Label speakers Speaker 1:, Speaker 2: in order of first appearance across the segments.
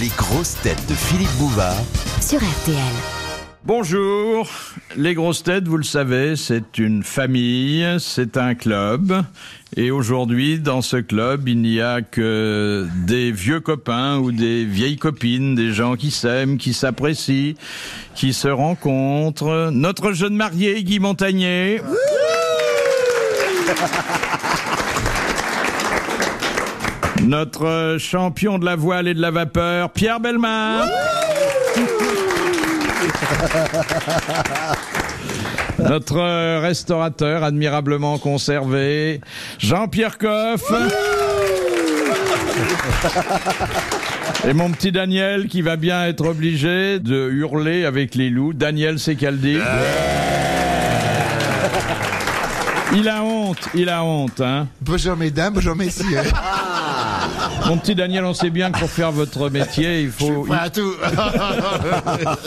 Speaker 1: Les grosses têtes de Philippe Bouvard
Speaker 2: sur RTL.
Speaker 3: Bonjour, les grosses têtes, vous le savez, c'est une famille, c'est un club. Et aujourd'hui, dans ce club, il n'y a que des vieux copains ou des vieilles copines, des gens qui s'aiment, qui s'apprécient, qui se rencontrent. Notre jeune marié, Guy Montagnier. Notre champion de la voile et de la vapeur, Pierre Bellemare. Notre euh, restaurateur admirablement conservé, Jean-Pierre Coff. Et mon petit Daniel qui va bien être obligé de hurler avec les loups. Daniel sait qu'elle dit. Il a honte, il a honte, hein.
Speaker 4: Bonjour mesdames, bonjour messieurs.
Speaker 3: Mon petit Daniel, on sait bien que pour faire votre métier, il faut,
Speaker 4: Pas à tout.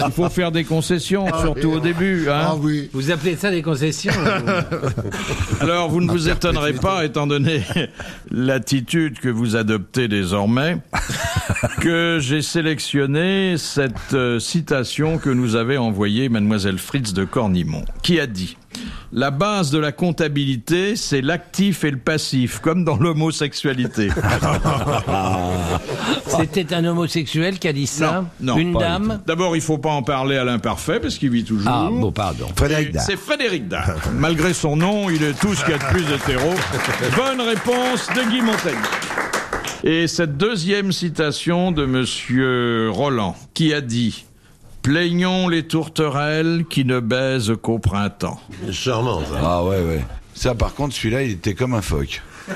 Speaker 3: il faut faire des concessions, surtout au début, hein.
Speaker 4: Ah oui.
Speaker 5: Vous appelez ça des concessions là, vous
Speaker 3: Alors, vous ne vous étonnerez pas, étant donné l'attitude que vous adoptez désormais, que j'ai sélectionné cette euh, citation que nous avait envoyée mademoiselle Fritz de Cornimont, qui a dit La base de la comptabilité, c'est l'actif et le passif, comme dans l'homosexualité.
Speaker 5: Ah, C'était un homosexuel qui a dit ça Une
Speaker 3: pas du
Speaker 5: dame
Speaker 3: tout. D'abord, il faut pas en parler à l'imparfait, parce qu'il vit toujours.
Speaker 5: Ah, bon, pardon.
Speaker 3: Et C'est Frédéric Dard. Malgré son nom, il est tout ce qu'il y a de plus hétéro. Bonne réponse de Guy Montaigne. Et cette deuxième citation de Monsieur Roland, qui a dit Plaignons les tourterelles qui ne baisent qu'au printemps.
Speaker 6: Charmant, ça.
Speaker 7: Ah ouais, ouais. Ça, par contre, celui-là, il était comme un phoque.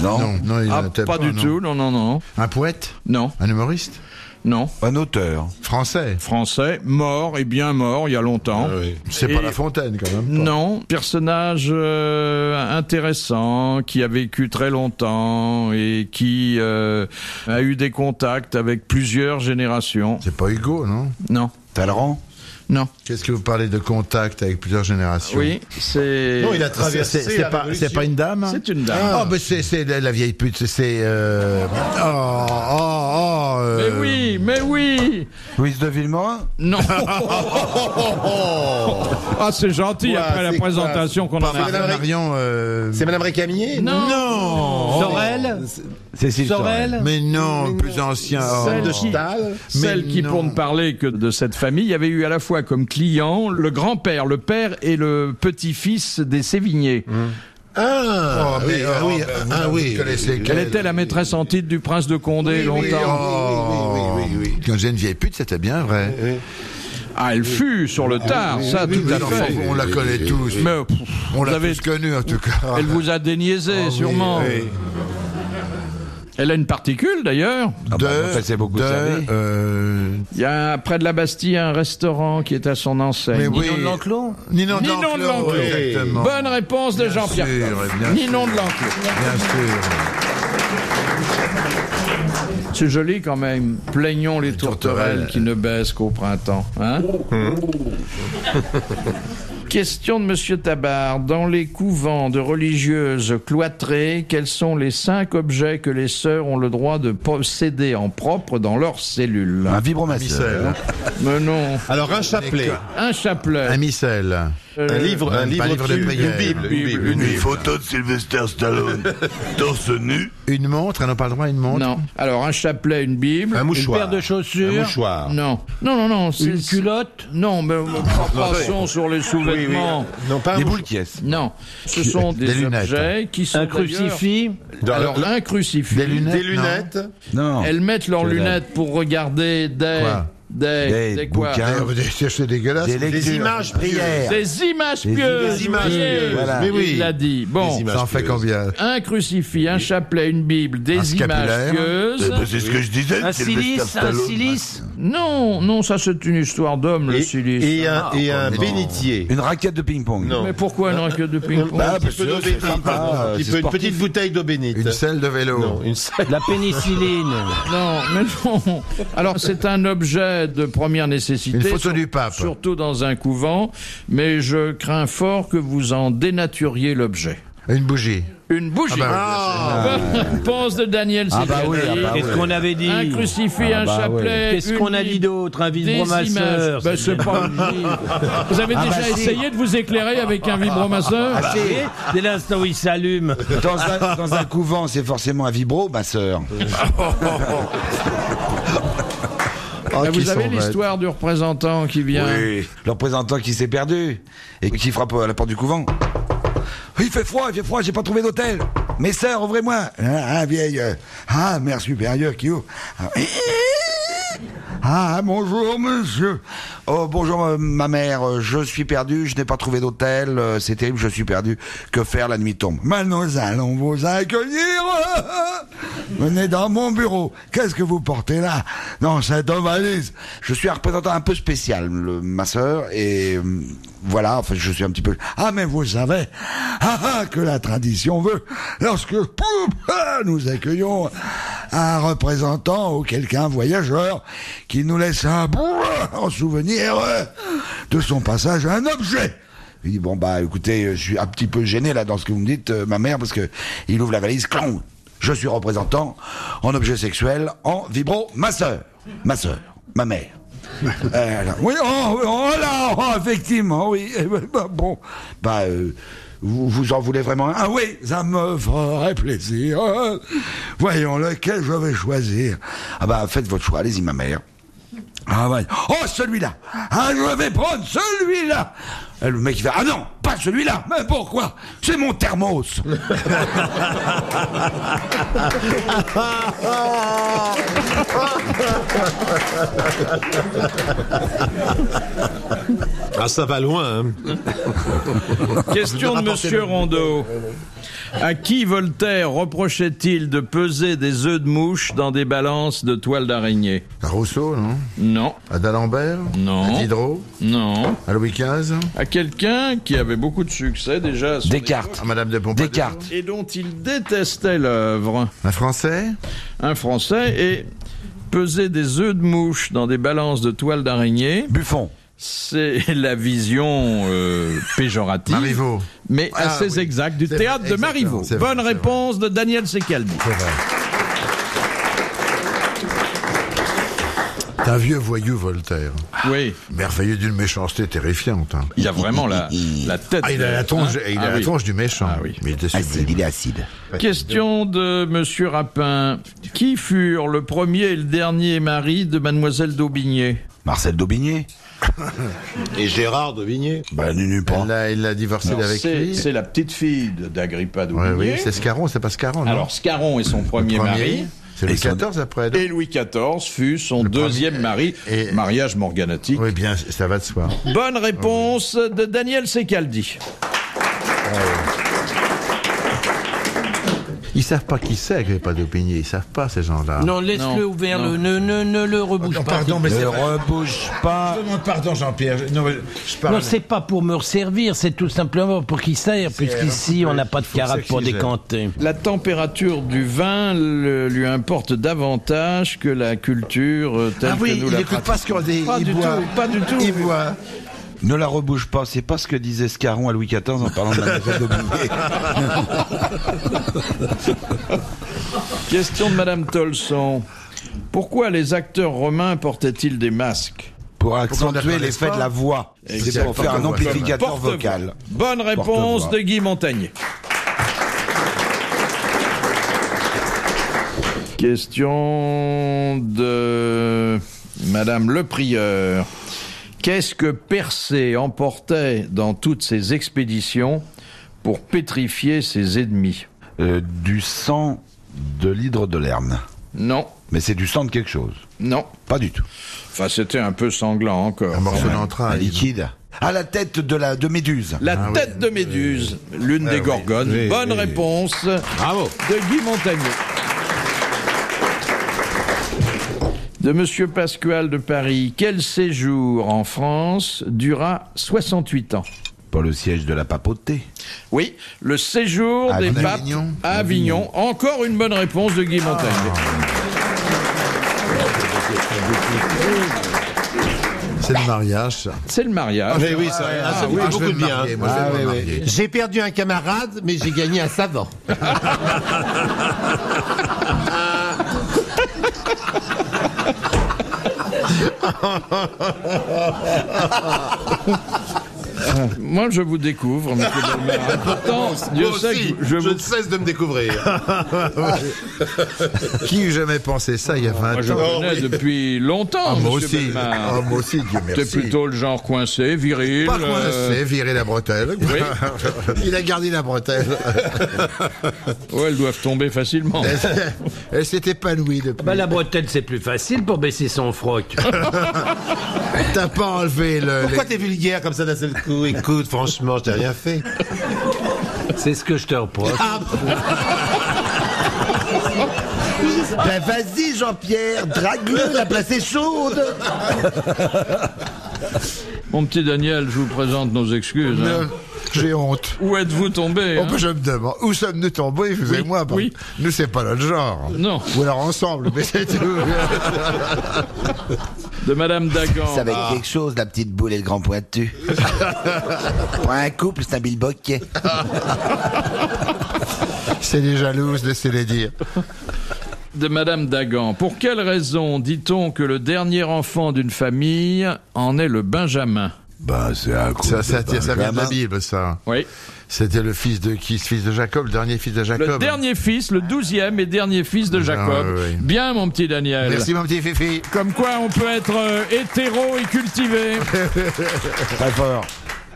Speaker 7: Non,
Speaker 4: Non, non, il y en
Speaker 3: Ah,
Speaker 4: a peut-être
Speaker 3: pas du
Speaker 4: non.
Speaker 3: tout, non, non, non.
Speaker 4: Un poète
Speaker 3: Non,
Speaker 4: Un humoriste
Speaker 3: non.
Speaker 7: Un auteur.
Speaker 4: Français
Speaker 3: Français, mort et bien mort il y a
Speaker 4: Euh,
Speaker 3: longtemps.
Speaker 4: C'est
Speaker 3: Ah Et-
Speaker 4: pas La Fontaine quand même. pas.
Speaker 3: Non, personnage euh, intéressant qui a vécu très longtemps et qui euh, a eu des contacts avec plusieurs générations.
Speaker 4: C'est pas Hugo, non
Speaker 3: Non,
Speaker 7: Talleyrand
Speaker 3: non.
Speaker 4: Qu'est-ce que vous parlez de contact avec plusieurs générations Oh,
Speaker 3: Oui, c'est.
Speaker 4: traversé. C'est pas, c'est pas une dame hein
Speaker 3: C'est une dame.
Speaker 4: Ah. Oh, mais c'est, c'est la la vieille pute, c'est- c'est. euh, Oh, oh, oh.
Speaker 3: Mais
Speaker 4: euh,
Speaker 3: oui, mais oui.
Speaker 7: Louise de Villemorin
Speaker 3: Non.
Speaker 4: oh.
Speaker 3: ah, c'est gentil
Speaker 8: Quoi,
Speaker 3: après la
Speaker 8: c'est quoi
Speaker 3: présentation qu'on en
Speaker 8: Pardon.
Speaker 3: a.
Speaker 8: Madame Ré-
Speaker 4: Marion. euh,
Speaker 8: C'est Madame Récamier
Speaker 3: Non.
Speaker 5: Sorel
Speaker 7: Cécile
Speaker 5: Sorel
Speaker 4: Mais non, le plus ancien. oh.
Speaker 8: Celle de
Speaker 3: qui-
Speaker 5: Ah,
Speaker 8: Stahl
Speaker 3: Celle
Speaker 4: Mais
Speaker 3: qui,
Speaker 4: non.
Speaker 3: pour ne parler que de cette famille, avait eu à la fois comme client le grand-père, le père et le petit-fils des Sévigné.
Speaker 8: Ah
Speaker 4: Oh, mais,
Speaker 8: ah
Speaker 4: oh,
Speaker 8: oui,
Speaker 3: ben,
Speaker 4: bah,
Speaker 8: ah
Speaker 4: vous
Speaker 8: oui.
Speaker 4: connaissez
Speaker 3: Elle
Speaker 4: quelle-
Speaker 3: était la maîtresse en titre du prince de
Speaker 8: Oui,
Speaker 3: Condé
Speaker 8: oui,
Speaker 3: longtemps.
Speaker 4: Oh.
Speaker 8: oui, oui, oui, oui.
Speaker 4: Quand j'ai une vieille pute, c'était bien vrai.
Speaker 3: Ah, elle fut sur le tard, Ah, ça,
Speaker 4: Oui,
Speaker 3: tout à
Speaker 4: enfin,
Speaker 3: fait.
Speaker 4: on la connaît tous.
Speaker 3: Mais pff,
Speaker 4: On
Speaker 3: vous
Speaker 4: l'a
Speaker 3: avez-
Speaker 4: tous connue en tout cas.
Speaker 3: elle vous a déniaisé, sûrement.
Speaker 4: Ah, oui.
Speaker 3: Elle a une particule, d'ailleurs.
Speaker 7: Ah
Speaker 4: de,
Speaker 7: bah, vous passez beaucoup
Speaker 4: de,
Speaker 7: de années.
Speaker 4: euh,
Speaker 3: Il y a, près de la Bastille, un restaurant qui est à son enseigne.
Speaker 4: Mais oui.
Speaker 5: Ninon de l'Enclos
Speaker 4: Ninon
Speaker 3: Ninon de l'Enclos.
Speaker 4: oui, Exactement.
Speaker 3: Bonne réponse de Jean-Pierre.
Speaker 4: sûr,
Speaker 3: Coff.
Speaker 4: bien
Speaker 3: Ninon
Speaker 4: sûr.
Speaker 3: de l'Enclos.
Speaker 4: Bien sûr.
Speaker 3: C'est joli quand même. Plaignons les tourterelles
Speaker 4: tourterelles.
Speaker 3: qui ne baissent qu'au printemps. Hein
Speaker 8: Mmh.
Speaker 3: Question de Monsieur Tabar. Dans les couvents de religieuses cloîtrées, quels sont les cinq objets que les sœurs ont le droit de posséder en propre dans leur cellule
Speaker 8: Ah,
Speaker 7: Un vibromasseur.
Speaker 8: bah.
Speaker 3: Mais non.
Speaker 8: Alors un chapelet,
Speaker 3: Un chapelet.
Speaker 4: Un missel.
Speaker 3: Euh,
Speaker 8: un livre, un
Speaker 4: un
Speaker 8: livre,
Speaker 4: livre de
Speaker 8: de
Speaker 4: prière.
Speaker 8: une Bible, une Bible.
Speaker 3: Une Bible.
Speaker 6: photo de Sylvester Stallone, torse nu.
Speaker 4: Une montre, elle n'a pas le droit à une montre
Speaker 3: Non. Alors un chapelet, une Bible.
Speaker 8: un mouchoir,
Speaker 5: paire de chaussures.
Speaker 8: un mouchoir,
Speaker 3: Non. Non, non, non. c'est-
Speaker 5: Une culotte
Speaker 3: Non, mais euh, passons sur les
Speaker 8: Oui, oui.
Speaker 3: sous-vêtements.
Speaker 8: non pas un
Speaker 7: Des
Speaker 8: mouchoir.
Speaker 7: boules qui est
Speaker 3: Non, ce sont des,
Speaker 4: Des lunettes.
Speaker 3: objets qui sont
Speaker 5: Un
Speaker 3: d'ailleurs-
Speaker 5: crucifix
Speaker 8: Dans-
Speaker 3: Alors
Speaker 8: dans-
Speaker 3: un crucifix.
Speaker 4: Des lunettes
Speaker 8: des
Speaker 4: non
Speaker 8: lunettes,
Speaker 7: Non.
Speaker 3: Elles mettent leurs
Speaker 7: Je l'aime.
Speaker 3: lunettes pour regarder des
Speaker 4: Quoi
Speaker 3: des
Speaker 7: Des
Speaker 3: quoi
Speaker 7: bouquins.
Speaker 4: Ah, mais C'est c'est dégueulasse.
Speaker 7: Des
Speaker 8: des
Speaker 7: lectures.
Speaker 8: images prières,
Speaker 3: Des images
Speaker 7: Des
Speaker 3: pieuses.
Speaker 8: images
Speaker 3: vous voyez.
Speaker 8: pieuses,
Speaker 7: voilà.
Speaker 4: Mais oui.
Speaker 3: Il l'a dit. Bon.
Speaker 8: Des images.
Speaker 4: Ça en fait
Speaker 8: que-
Speaker 4: combien
Speaker 3: Un crucifix, un chapelet, une Bible, des images
Speaker 7: Eh
Speaker 4: scapulaire.
Speaker 3: pieuses.
Speaker 7: ben,
Speaker 6: Bah, c'est ce que je disais,
Speaker 5: Un
Speaker 6: Sylvester
Speaker 5: silice Un
Speaker 6: Stallone.
Speaker 5: silice
Speaker 3: Non, non, ça c'est une histoire d'homme, le
Speaker 8: et,
Speaker 3: silice.
Speaker 8: et un, et un bénitier,
Speaker 2: Ah,
Speaker 7: Une raquette de ping-pong.
Speaker 8: non,
Speaker 3: Mais pourquoi une raquette de ping-pong
Speaker 8: un
Speaker 7: Bah,
Speaker 8: petit
Speaker 7: parce
Speaker 8: peu
Speaker 7: que
Speaker 8: d'eau
Speaker 7: c'est
Speaker 8: bénite,
Speaker 7: sympa,
Speaker 8: un
Speaker 7: euh,
Speaker 8: petit
Speaker 7: c'est
Speaker 8: peu- une
Speaker 7: sportif.
Speaker 8: petite bouteille d'eau bénite,
Speaker 4: Une selle de vélo.
Speaker 8: non, une selle,
Speaker 5: La pénicilline
Speaker 3: Non, mais non. Alors c'est un objet de première nécessité.
Speaker 4: Une photo
Speaker 3: sur-
Speaker 4: du pape.
Speaker 3: Surtout dans un couvent, mais je crains fort que vous en dénaturiez l'objet.
Speaker 4: Une bougie.
Speaker 3: une bougie. Pense de Daniel
Speaker 7: Ah bah oui,
Speaker 3: Silvestri.
Speaker 7: ah bah oui.
Speaker 5: Qu'est-ce qu'on avait dit
Speaker 3: Un crucifix, un
Speaker 7: bah oui.
Speaker 3: chapelet.
Speaker 5: Qu'est-ce
Speaker 3: une
Speaker 5: qu'on a
Speaker 3: Bible,
Speaker 5: dit d'autre Un
Speaker 3: des
Speaker 5: vibromasseur. Ah bah
Speaker 3: images. Ben, c'est pas une Bible. Vous avez déjà
Speaker 7: bah si.
Speaker 3: essayé de vous éclairer avec un vibromasseur Bah,
Speaker 5: Vous voyez, Dès l'instant où il s'allume.
Speaker 7: Dans un, dans un couvent, c'est forcément un vibro, ma sœur.
Speaker 8: Oh,
Speaker 5: Ah,
Speaker 3: Ben,
Speaker 8: qu'ils
Speaker 3: Vous avez
Speaker 8: sont bêtes.
Speaker 3: l'histoire du représentant qui vient.
Speaker 7: Le représentant qui s'est perdu et qui frappe à la porte du couvent. Oh, Il fait froid, il fait froid, j'ai pas trouvé d'hôtel. Mes sœurs, ouvrez-moi. Ah, ah, vieille. euh, Ah, mère supérieure qui ouvre. Ah, Ah, bonjour, monsieur. Oh, bonjour, euh, ma mère. euh, Je suis perdu, je n'ai pas trouvé d'hôtel. euh, C'est terrible, je suis perdu. Que faire, la nuit tombe. Mais nous allons vous accueillir. Venez dans mon bureau. Qu'est-ce que vous portez là dans cette valise Je suis un représentant un peu spécial, le- ma sœur, et euh, voilà, enfin, je suis un petit peu... Ah, mais vous savez ah, ah, que la tradition veut, lorsque poum, ah, nous accueillons un représentant ou quelqu'un voyageur qui nous laisse un boum, en souvenir euh, de son passage à un objet. Il dit, bon, bah, écoutez, euh, je suis un petit peu gêné, là, dans ce que vous me dites, euh, ma mère, parce que il ouvre la valise, clang, je suis représentant en objet sexuel, en vibro, ma sœur, ma sœur, ma mère. Euh, alors, oui, oh, oui, oh là, oh, effectivement, oui. eh ben, bah, bon, bah, euh, vous, vous en voulez vraiment un Ah oui, ça me ferait plaisir. Euh, Voyons lequel je vais choisir. Ah bah, faites votre choix, allez-y, ma mère. Ah ouais. Oh, celui-là Ah, je vais prendre celui-là Et Le mec, il fait Ah non, pas celui-là Mais pourquoi C'est mon thermos
Speaker 2: Ah, ça va loin. hein.
Speaker 3: Question de Monsieur Rondeau. À qui Voltaire reprochait-il de peser des œufs de mouche dans des balances de toile d'araignée
Speaker 4: À Rousseau, non
Speaker 3: Non,
Speaker 4: À D'Alembert
Speaker 3: Non.
Speaker 4: À Diderot
Speaker 3: non.
Speaker 4: À Louis XV
Speaker 3: À quelqu'un qui avait beaucoup de succès déjà à son
Speaker 7: Descartes
Speaker 4: À Madame de Pompadour
Speaker 7: Descartes
Speaker 3: époque et dont il détestait l'œuvre.
Speaker 4: Un Français
Speaker 3: Un Français et peser des œufs de mouche dans des balances de toile d'araignée,
Speaker 7: Buffon
Speaker 3: c'est la vision euh, péjorative.
Speaker 4: Marivaux.
Speaker 3: Mais
Speaker 4: Ah,
Speaker 3: assez
Speaker 4: oui.
Speaker 3: exacte du
Speaker 4: C'est
Speaker 3: théâtre
Speaker 4: vrai,
Speaker 3: de
Speaker 4: exactement,
Speaker 3: Marivaux.
Speaker 4: c'est vrai,
Speaker 3: Bonne
Speaker 4: c'est
Speaker 3: réponse de Daniel Secaldi.
Speaker 4: T'es un vieux voyou, Voltaire.
Speaker 3: Oui.
Speaker 4: Merveilleux d'une méchanceté terrifiante. hein.
Speaker 3: Il y a vraiment la, la tête.
Speaker 4: Ah, il a la tronche,
Speaker 3: Hein
Speaker 4: il a
Speaker 3: Ah
Speaker 4: la
Speaker 3: oui.
Speaker 4: tronche du méchant.
Speaker 3: Ah oui.
Speaker 4: Mais il était sublime.
Speaker 7: est acide.
Speaker 3: Question de Monsieur Rapin. Qui furent le premier et le dernier mari de Mademoiselle d'Aubigné
Speaker 7: Marcel Daubigné
Speaker 2: Et Gérard de Vigné.
Speaker 7: Bah, Nunu
Speaker 4: Elle l'a- il l'a divorcé
Speaker 3: Alors,
Speaker 4: avec
Speaker 3: c'est-
Speaker 4: lui.
Speaker 3: C'est la petite fille de- d'Agrippa
Speaker 4: Ouais,
Speaker 3: d'Aubigné.
Speaker 4: oui, c'est Scarron, c'est pas Scaron, non
Speaker 3: Alors Scarron est son premier,
Speaker 4: Premier,
Speaker 3: mari.
Speaker 4: C'est le
Speaker 7: Et son-
Speaker 4: 14 après. non
Speaker 3: Et Louis XIV fut son deuxième mari,
Speaker 4: et-
Speaker 3: mariage morganatique.
Speaker 4: Oui, bien, ça va de soi.
Speaker 3: Bonne réponse de Daniel Secaldi.
Speaker 4: Ils savent pas qui c'est qu'il n'y a pas d'opinion. Ils savent pas, ces gens-là.
Speaker 5: Non, laisse-le ouvert. le- Ne, ne, ne le rebouche pas.
Speaker 4: mais
Speaker 7: Ne rebouche pas
Speaker 4: demande pardon, Jean-Pierre. Je- Non, mais je
Speaker 5: Non, c'est pas pour me resservir, c'est tout simplement pour qu'il serve, puisqu'ici, on n'a pas de
Speaker 4: Faut que
Speaker 5: carafe
Speaker 4: ça
Speaker 5: pour
Speaker 4: s'exige.
Speaker 5: décanter.
Speaker 3: La température du vin le- lui importe davantage que la culture euh, telle
Speaker 4: Ah oui,
Speaker 3: que nous
Speaker 4: il
Speaker 3: la
Speaker 4: n'écoute pas ce qu'on dit.
Speaker 3: Pas
Speaker 4: il
Speaker 3: du
Speaker 4: boit.
Speaker 3: tout, pas du tout.
Speaker 4: Il boit.
Speaker 7: Ne la rebouche pas, c'est pas ce que disait Scarron à Louis XIV en parlant de Mademoiselle Daubigné.
Speaker 3: Question de Madame Tolson. Pourquoi les acteurs romains portaient-ils des masques
Speaker 7: Pour
Speaker 4: Pourquoi on
Speaker 7: accentuer
Speaker 4: la
Speaker 7: l'effet
Speaker 4: connaisse
Speaker 7: de la voix. C'est
Speaker 4: Exactement.
Speaker 7: pour faire un
Speaker 4: Porte-voix.
Speaker 7: amplificateur
Speaker 3: Porte-voix.
Speaker 7: vocal.
Speaker 3: Bonne réponse
Speaker 7: Porte-voix.
Speaker 3: de Guy Montagnier. Question de Madame Le Prieur. Qu'est-ce que Persée emportait dans toutes ses expéditions pour pétrifier ses ennemis
Speaker 7: Euh, du sang de l'hydre de l'Erne.
Speaker 3: Non,
Speaker 7: Mais c'est du sang de quelque chose.
Speaker 3: non.
Speaker 7: Pas du tout.
Speaker 3: Enfin, c'était un peu sanglant encore.
Speaker 4: Un morceau
Speaker 7: Un
Speaker 4: d'entrailles.
Speaker 7: liquide. À la tête de la de Méduse.
Speaker 3: La tête de Méduse,
Speaker 7: Ah
Speaker 3: l'une des Gorgones. Bonne réponse
Speaker 2: Bravo.
Speaker 3: de Guy Montagnier. De Monsieur Pascual de Paris, quel séjour en France dura 68 ans
Speaker 7: Pas le siège de la papauté.
Speaker 3: Oui, le séjour
Speaker 7: À
Speaker 3: des
Speaker 7: Avignon.
Speaker 3: papes à Avignon. Encore une bonne réponse de Guy Montagnier.
Speaker 4: C'est c'est le mariage.
Speaker 3: C'est le mariage.
Speaker 2: Mais oui, ça, ah, ça
Speaker 4: Ah,
Speaker 2: fait
Speaker 4: oui, je
Speaker 2: beaucoup
Speaker 4: vais
Speaker 2: de
Speaker 4: me
Speaker 2: bien.
Speaker 4: marier,
Speaker 2: hein.
Speaker 4: moi, je vais
Speaker 2: Ah,
Speaker 4: me
Speaker 2: oui, oui.
Speaker 4: marier.
Speaker 8: J'ai perdu un camarade, mais j'ai gagné un savant.
Speaker 3: Moi, je vous découvre, monsieur Bellemare. Pourtant, Dieu
Speaker 2: Moi
Speaker 3: sait
Speaker 2: aussi,
Speaker 3: que je vous...
Speaker 2: ne cesse de me découvrir.
Speaker 4: Qui eût jamais pensé ça il y a 20
Speaker 3: Moi, je
Speaker 4: ans
Speaker 3: vous connais depuis longtemps,
Speaker 4: Ah, Moi
Speaker 3: monsieur
Speaker 4: aussi.
Speaker 3: Bellemare.
Speaker 4: Ah, moi aussi, Dieu
Speaker 3: T'es
Speaker 4: merci.
Speaker 3: plutôt le genre coincé, viril.
Speaker 4: Pas
Speaker 3: euh,
Speaker 4: coincé, virer la bretelle.
Speaker 3: Oui.
Speaker 4: Il a gardé la bretelle.
Speaker 3: Ouais, elles doivent tomber facilement.
Speaker 4: Elle s'est- Elle s'est épanouie
Speaker 8: Ah
Speaker 4: depuis.
Speaker 5: Bah, la bretelle, c'est plus facile pour baisser son froc.
Speaker 4: T'as pas enlevé le.
Speaker 8: Pourquoi t'es vulgaire comme ça d'un seul coup Écoute, franchement, je t'ai rien fait.
Speaker 5: c'est ce que je te reproche.
Speaker 8: Ben vas-y, Jean-Pierre, drague-le, la place est chaude.
Speaker 3: Mon petit Daniel, je vous présente nos excuses. hein.
Speaker 4: le- Euh, J'ai honte.
Speaker 3: Où êtes-vous tombé
Speaker 4: Oh,
Speaker 3: hein
Speaker 4: bah, je me demande, où sommes-nous tombés, vous
Speaker 3: Oui,
Speaker 4: et moi par-
Speaker 3: oui.
Speaker 4: Nous, c'est pas notre genre.
Speaker 3: Non.
Speaker 4: Ou alors ensemble, mais c'est tout.
Speaker 3: De Madame Dagan.
Speaker 9: Ça va
Speaker 7: Ah.
Speaker 9: être quelque chose, la petite boule et le grand pointu. Pour un couple, c'est un bilboquet.
Speaker 4: c'est des jalouses, laissez-les dire.
Speaker 3: De Madame Dagan. Pour quelle raison dit-on que le dernier enfant d'une famille en est le Benjamin
Speaker 7: Bah,
Speaker 6: Ben, c'est un coup.
Speaker 4: Ça,
Speaker 6: de
Speaker 4: ça,
Speaker 6: pain.
Speaker 4: ça, vient de la Bible, ça.
Speaker 3: Oui.
Speaker 4: C'était le fils de qui Ce fils de Jacob, le dernier fils de
Speaker 3: Le
Speaker 4: Jacob. Ah,
Speaker 3: dernier fils, le douzième et dernier fils de Jacob.
Speaker 4: oui, oui.
Speaker 3: Bien, mon petit Daniel.
Speaker 4: Merci, mon petit Fifi.
Speaker 3: Comme quoi on peut être euh, hétéro et cultivé.
Speaker 7: Très fort.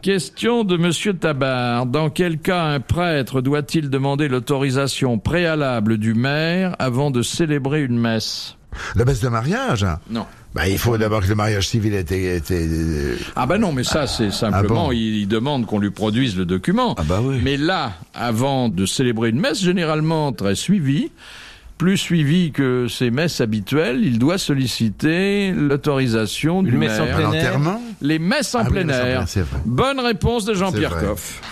Speaker 3: Question de Monsieur Tabar. Dans quel cas un prêtre doit-il demander l'autorisation préalable du maire avant de célébrer une messe
Speaker 4: La baisse de mariage
Speaker 3: Non.
Speaker 4: Bah, il faut d'abord que le mariage civil euh, ait été. ait été-
Speaker 3: Ah ben non, mais ça c'est simplement,
Speaker 4: bon
Speaker 3: il, il demande qu'on lui produise le document.
Speaker 6: Ah bah oui.
Speaker 3: Mais là, avant de célébrer une messe, généralement très suivie, plus suivie que ses messes habituelles, il doit solliciter l'autorisation du
Speaker 5: messe en
Speaker 3: maire.
Speaker 4: Un
Speaker 5: plein air.
Speaker 4: enterrement
Speaker 3: Les messes en
Speaker 4: Ah oui,
Speaker 3: plein
Speaker 4: les messes en plein
Speaker 3: air.
Speaker 4: air, c'est vrai.
Speaker 3: Bonne réponse de
Speaker 4: C'est
Speaker 3: Jean-Pierre
Speaker 4: vrai.
Speaker 3: Coff.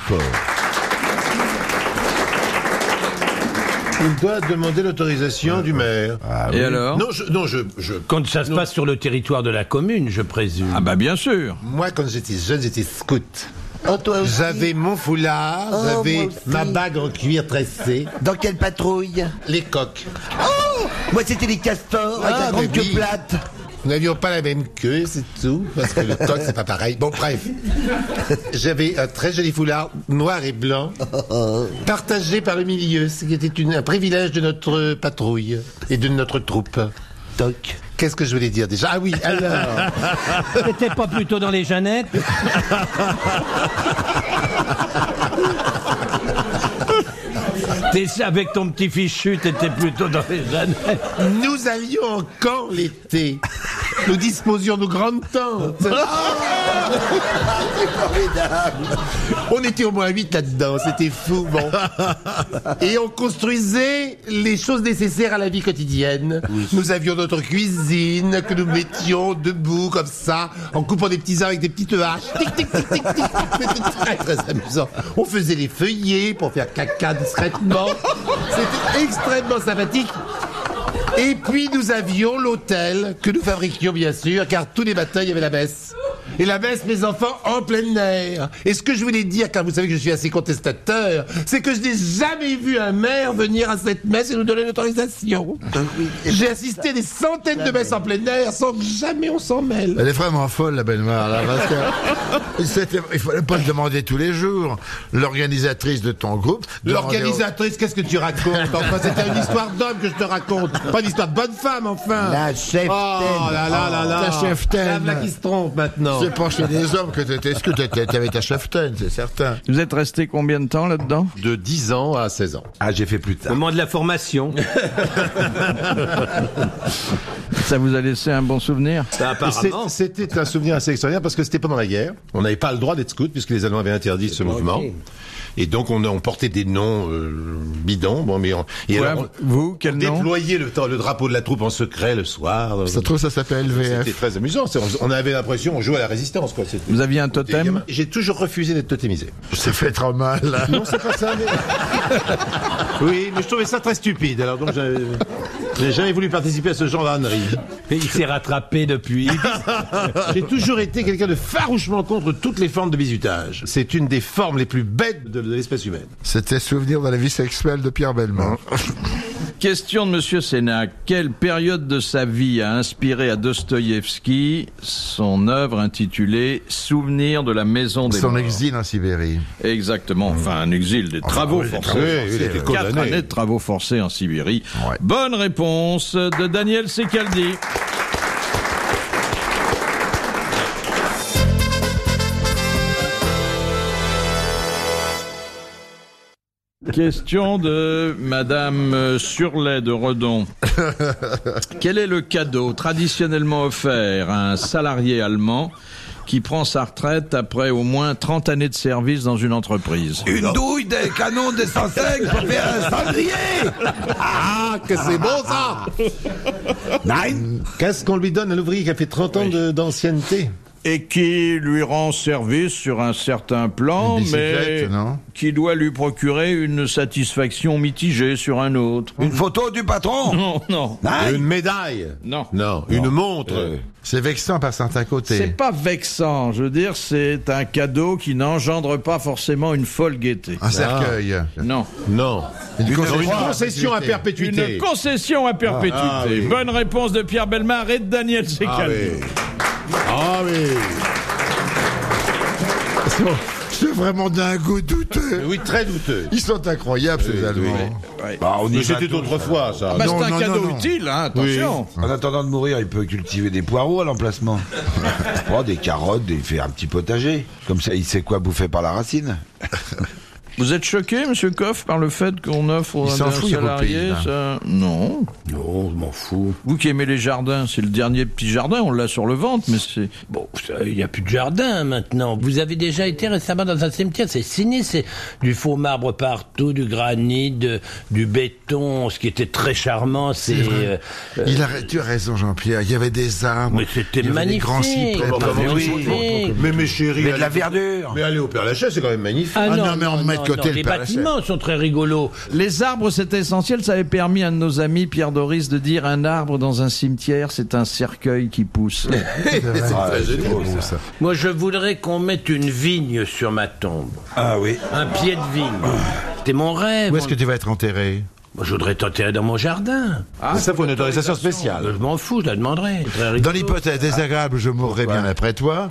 Speaker 2: Il doit demander l'autorisation du maire.
Speaker 3: Et alors
Speaker 2: Ah, Non, je, non, je, je-
Speaker 5: Quand ça se passe sur le territoire de la commune, je présume.
Speaker 3: Ah bah bien sûr.
Speaker 2: moi, quand j'étais jeune, j'étais scout. J'avais mon foulard,
Speaker 9: Oh, moi
Speaker 2: j'avais
Speaker 9: aussi.
Speaker 2: ma bague en cuir tressé,
Speaker 9: Dans quelle patrouille
Speaker 2: les coques.
Speaker 9: Moi, c'était les castors, avec
Speaker 2: Ah,
Speaker 9: la grande
Speaker 2: mais
Speaker 9: queue
Speaker 2: oui.
Speaker 9: plate.
Speaker 2: Nous n'avions pas la même queue, c'est tout, parce que le coq, c'est pas pareil. Bon, bref. J'avais un très joli foulard noir et blanc, partagé par le milieu, ce qui était une- un privilège de notre patrouille et de notre troupe.
Speaker 9: Toc.
Speaker 2: Qu'est-ce que je voulais dire déjà Ah oui, alors
Speaker 5: T'étais Ah, pas plutôt dans les Jeannettes T'es- Avec ton petit fichu, t'étais plutôt dans les Jeannettes.
Speaker 2: Nous allions en camp l'été. Nous disposions de grandes tentes. On était au moins huit là-dedans, c'était fou, bon. Et on construisait les choses nécessaires à la vie quotidienne. Nous avions notre cuisine que nous mettions debout comme ça, en coupant des petits arbres avec des petites haches. Tic, tic, tic, tic, tic. C'était très, très amusant. On faisait les feuillets pour faire caca discrètement. C'était extrêmement sympathique. Et puis nous avions l'hôtel que nous fabriquions bien sûr, car tous les matins il y avait la messe. Et la messe, mes enfants, en plein air. Et ce que je voulais dire, car vous savez que je suis assez contestateur, c'est que je n'ai jamais vu un maire venir à cette messe et nous donner l'autorisation. J'ai assisté à des centaines de messes en plein air sans que jamais on s'en mêle.
Speaker 4: Elle est vraiment folle, la belle-mère, là, parce que c'était- il fallait pas le demander tous les jours. L'organisatrice de ton groupe. demandait au-
Speaker 2: L'organisatrice, qu'est-ce que tu racontes Enfin, c'était une histoire d'homme que je te raconte. Pas une histoire de bonne femme, enfin.
Speaker 9: La chef.
Speaker 7: Ah.
Speaker 2: Oh là là là là.
Speaker 4: La cheftaine.
Speaker 2: Lave-la qui se trompe maintenant.
Speaker 4: C'est pas chez des hommes que t'étais scout, t'étais- t'avais ta cheftaine, c'est certain.
Speaker 3: Vous êtes resté combien de temps là-dedans
Speaker 2: De 10 ans à 16 ans.
Speaker 6: Ah, j'ai fait plus tard.
Speaker 5: Moment de la formation.
Speaker 3: Ça vous a laissé un bon souvenir
Speaker 2: C'est- C'était un souvenir assez extraordinaire parce que c'était pendant la guerre. On n'avait pas le droit d'être scout puisque les Allemands avaient interdit ce mouvement. Et donc on, on portait des noms euh, bidons. Bon, mais on, et
Speaker 3: Ouais,
Speaker 2: alors, on-
Speaker 3: vous, quel
Speaker 2: on
Speaker 3: nom
Speaker 2: déployait le, le drapeau de la troupe en secret le soir.
Speaker 4: Ça se trouve, ça s'appelle
Speaker 2: C'était
Speaker 4: VF.
Speaker 2: très amusant. C'est- On, on avait l'impression on jouait à la résistance. Quoi. C'était-
Speaker 3: Vous aviez un
Speaker 2: c'était
Speaker 3: totem
Speaker 2: gamin. J'ai toujours refusé d'être totémisé.
Speaker 4: Ça fait trop mal.
Speaker 2: Oui, mais je trouvais ça très stupide. Alors donc j'avais- J'ai jamais voulu participer à ce genre d'ânerie.
Speaker 5: Et il s'est rattrapé depuis.
Speaker 2: J'ai toujours été quelqu'un de farouchement contre toutes les formes de bizutage. C'est une des formes les plus bêtes de, de l'espèce humaine.
Speaker 4: C'était souvenir de la vie sexuelle de Pierre Bellemare.
Speaker 3: Question de Monsieur Sénac. Quelle période de sa vie a inspiré à Dostoïevski son œuvre intitulée Souvenir de la maison des
Speaker 4: Son
Speaker 3: morts
Speaker 4: exil en Sibérie.
Speaker 3: Exactement. Enfin, un exil des travaux
Speaker 4: oui, des
Speaker 3: forcés.
Speaker 4: travaux forcés,
Speaker 3: C'était
Speaker 4: oui.
Speaker 3: Quatre
Speaker 2: Condamné.
Speaker 3: années de travaux forcés en Sibérie.
Speaker 4: Ouais.
Speaker 3: Bonne réponse de Daniel Secaldi. Question de Madame Surlet de Redon. Quel est le cadeau traditionnellement offert à un salarié allemand qui prend sa retraite après au moins 30 années de service dans une entreprise
Speaker 7: Une douille des canons de 105 pour faire un cendrier
Speaker 2: Ah, que c'est bon ça
Speaker 7: Nein
Speaker 2: Qu'est-ce qu'on lui donne à l'ouvrier qui a fait 30 ans de- d'ancienneté
Speaker 3: Et qui lui rend service sur un certain plan,
Speaker 4: Une bicyclette,
Speaker 3: mais
Speaker 4: non
Speaker 3: qui doit lui procurer une satisfaction mitigée sur un autre.
Speaker 7: Une photo du patron
Speaker 3: Non, non,
Speaker 2: Une médaille
Speaker 3: non.
Speaker 2: Non, une montre
Speaker 4: C'est vexant par certains
Speaker 3: C'est
Speaker 4: côtés.
Speaker 3: pas vexant, je veux dire, c'est un cadeau qui n'engendre pas forcément une folle gaieté.
Speaker 4: Un cercueil.
Speaker 3: Non.
Speaker 2: Non. Une,
Speaker 4: concession
Speaker 2: une
Speaker 4: à
Speaker 2: concession à
Speaker 3: Une
Speaker 2: perpétuité.
Speaker 3: concession à perpétuité.
Speaker 2: Ah, oui.
Speaker 3: Bonne réponse de Pierre Bellemare et de Daniel
Speaker 2: Ah
Speaker 3: Secaldi.
Speaker 2: oui. Ah oui.
Speaker 4: C'est vraiment d'un goût
Speaker 2: Mais
Speaker 4: douteux.
Speaker 2: Oui, très douteux.
Speaker 4: Ils sont incroyables, ces Allemands.
Speaker 3: Ouais.
Speaker 7: Bah, on y
Speaker 2: Mais
Speaker 7: va
Speaker 2: c'était
Speaker 7: tous.
Speaker 2: autrefois ça.
Speaker 3: Bah,
Speaker 4: non,
Speaker 3: c'est un
Speaker 4: non,
Speaker 3: cadeau
Speaker 4: non, non.
Speaker 3: utile, hein, attention.
Speaker 7: En attendant de mourir, il peut cultiver des poireaux à l'emplacement. Oh, des carottes, des- il fait un petit potager. Comme ça, il sait quoi bouffer par la racine.
Speaker 3: Vous êtes choqué, Monsieur Koff, par le fait qu'on offre aux
Speaker 4: Ils s'en foutent,
Speaker 3: salariés
Speaker 4: les pays,
Speaker 3: ça Non.
Speaker 6: Non, je m'en fous.
Speaker 3: Vous qui aimez les jardins, c'est le dernier petit jardin, on l'a sur le ventre, mais c'est...
Speaker 5: Bon, ça, il n'y a plus de jardin maintenant. Vous avez déjà été récemment dans un cimetière, c'est sinistre. C'est du faux marbre partout, du granit, de- du béton. Ce qui était très charmant, c'est. euh, euh,
Speaker 4: Il a, tu as raison, Jean-Pierre. Il y avait des arbres.
Speaker 5: mais c'était
Speaker 4: il y avait des
Speaker 5: magnifique.
Speaker 4: grands
Speaker 2: Eh
Speaker 4: cyprès.
Speaker 2: ben,
Speaker 5: Ah,
Speaker 4: Pardon,
Speaker 5: mais
Speaker 4: Bah, oui.
Speaker 5: oui.
Speaker 2: Mais mes chéris,
Speaker 7: Mais de la
Speaker 2: allez-
Speaker 7: verdure
Speaker 2: mais aller au Père Lachaise, c'est quand même magnifique.
Speaker 4: Ah non, mais on met de côté le
Speaker 5: Les
Speaker 4: Père
Speaker 5: bâtiments sont très rigolos.
Speaker 3: Les arbres, c'est essentiel, ça avait permis à un de nos amis, Pierre Doris, de dire un arbre dans un cimetière, c'est un cercueil qui pousse.
Speaker 5: Moi, je voudrais qu'on mette une vigne sur ma tombe.
Speaker 7: Ah oui.
Speaker 5: Un pied de vigne. C'était mon rêve.
Speaker 4: Ah. Où est-ce que tu vas être enterré
Speaker 5: Moi, je voudrais t'enterrer dans mon jardin.
Speaker 2: Ah, ça faut une autorisation spéciale.
Speaker 5: Je m'en fous, je la demanderai. C'est très
Speaker 4: Ah. Dans
Speaker 5: rigolo.
Speaker 4: l'hypothèse désagréable, je mourrai bien après toi.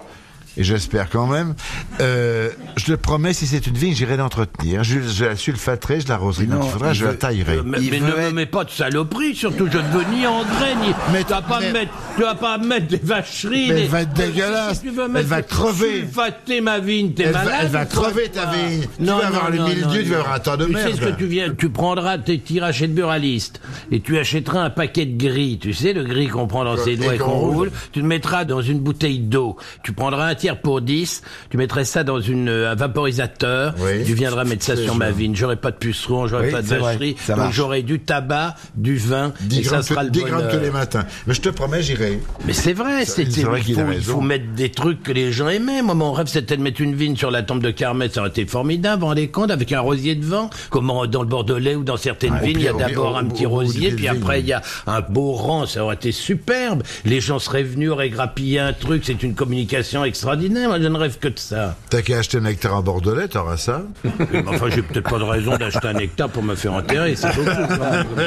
Speaker 4: Et j'espère quand même. Euh, je te promets, si c'est une vigne, j'irai l'entretenir. Je, je la sulfaterai, je l'arroserai quand il faudra, je la taillerai.
Speaker 5: Euh, Mais,
Speaker 7: Il
Speaker 5: mais
Speaker 7: veut
Speaker 5: ne me
Speaker 7: être-
Speaker 5: mets pas de saloperie, surtout je ne veux ni engrais, ni.
Speaker 4: Mais
Speaker 5: tu vas
Speaker 4: tu-
Speaker 5: pas
Speaker 4: mais-
Speaker 5: me mettre, tu vas pas me mettre des vacheries.
Speaker 4: Mais elle
Speaker 5: des-
Speaker 4: va être
Speaker 5: Si
Speaker 4: dégueulasse.
Speaker 5: tu veux
Speaker 4: Elle
Speaker 5: mettre-
Speaker 4: va crever.
Speaker 5: Sulfater ma vigne, t'es
Speaker 4: Elle va-
Speaker 5: malade.
Speaker 4: elle va
Speaker 5: ou quoi, Ah.
Speaker 4: crever ta
Speaker 5: toi
Speaker 4: vigne. Tu vas avoir le mildiou, tu vas avoir un tas de
Speaker 5: Tu
Speaker 4: merde.
Speaker 5: sais ce que tu viens, tu prendras tes tirages chez le buraliste et tu achèteras un paquet de gris, tu sais, le gris qu'on prend dans ses doigts et
Speaker 4: qu'on
Speaker 5: qu'on
Speaker 4: roule.
Speaker 5: roule. Tu le mettras dans une bouteille d'eau. Tu prendras un tiers pour 10, tu mettrais ça dans une, euh, un vaporisateur.
Speaker 4: Oui.
Speaker 5: Tu viendras mettre ça sur ma vigne. J'aurai pas de puceron, j'aurai
Speaker 7: Oui,
Speaker 5: pas de
Speaker 7: c'est vrai,
Speaker 5: vacherie.
Speaker 7: ça
Speaker 5: donc
Speaker 7: marche.
Speaker 5: j'aurai du tabac, du vin,
Speaker 4: 10
Speaker 5: et ça
Speaker 4: grammes,
Speaker 5: sera
Speaker 4: que-
Speaker 5: le
Speaker 4: 10 grammes
Speaker 5: bonheur.
Speaker 4: tous les matins. Mais je te promets, j'irai.
Speaker 5: Mais c'est vrai,
Speaker 4: C'est-
Speaker 5: c'était,
Speaker 4: c'est vrai
Speaker 5: il,
Speaker 4: qu'il a
Speaker 5: faut, il
Speaker 4: raison.
Speaker 5: faut mettre des trucs que les gens aimaient. Moi, mon rêve, c'était de mettre une vigne sur la tombe de Carmet. Ça aurait été formidable, vous vous rendez compte, avec un rosier de vent. Comme en- dans le Bordelais ou dans certaines
Speaker 4: Ah, au
Speaker 5: vignes, il y a
Speaker 4: pied- au-
Speaker 5: d'abord
Speaker 4: au-
Speaker 5: un
Speaker 4: au-
Speaker 5: petit
Speaker 4: au bout du
Speaker 5: rosier,
Speaker 4: pied de
Speaker 5: puis
Speaker 4: vigne.
Speaker 5: après, il y a un beau rang. Ça aurait été superbe. Les gens seraient venus, auraient grappillé un truc. C'est une communication extraordinaire. Moi, je ne rêve que de ça.
Speaker 4: T'as qu'à acheter un nectar en bordelais, t'auras ça.
Speaker 5: Mais enfin, j'ai peut-être pas de raison d'acheter un hectare pour me faire enterrer. C'est beaucoup.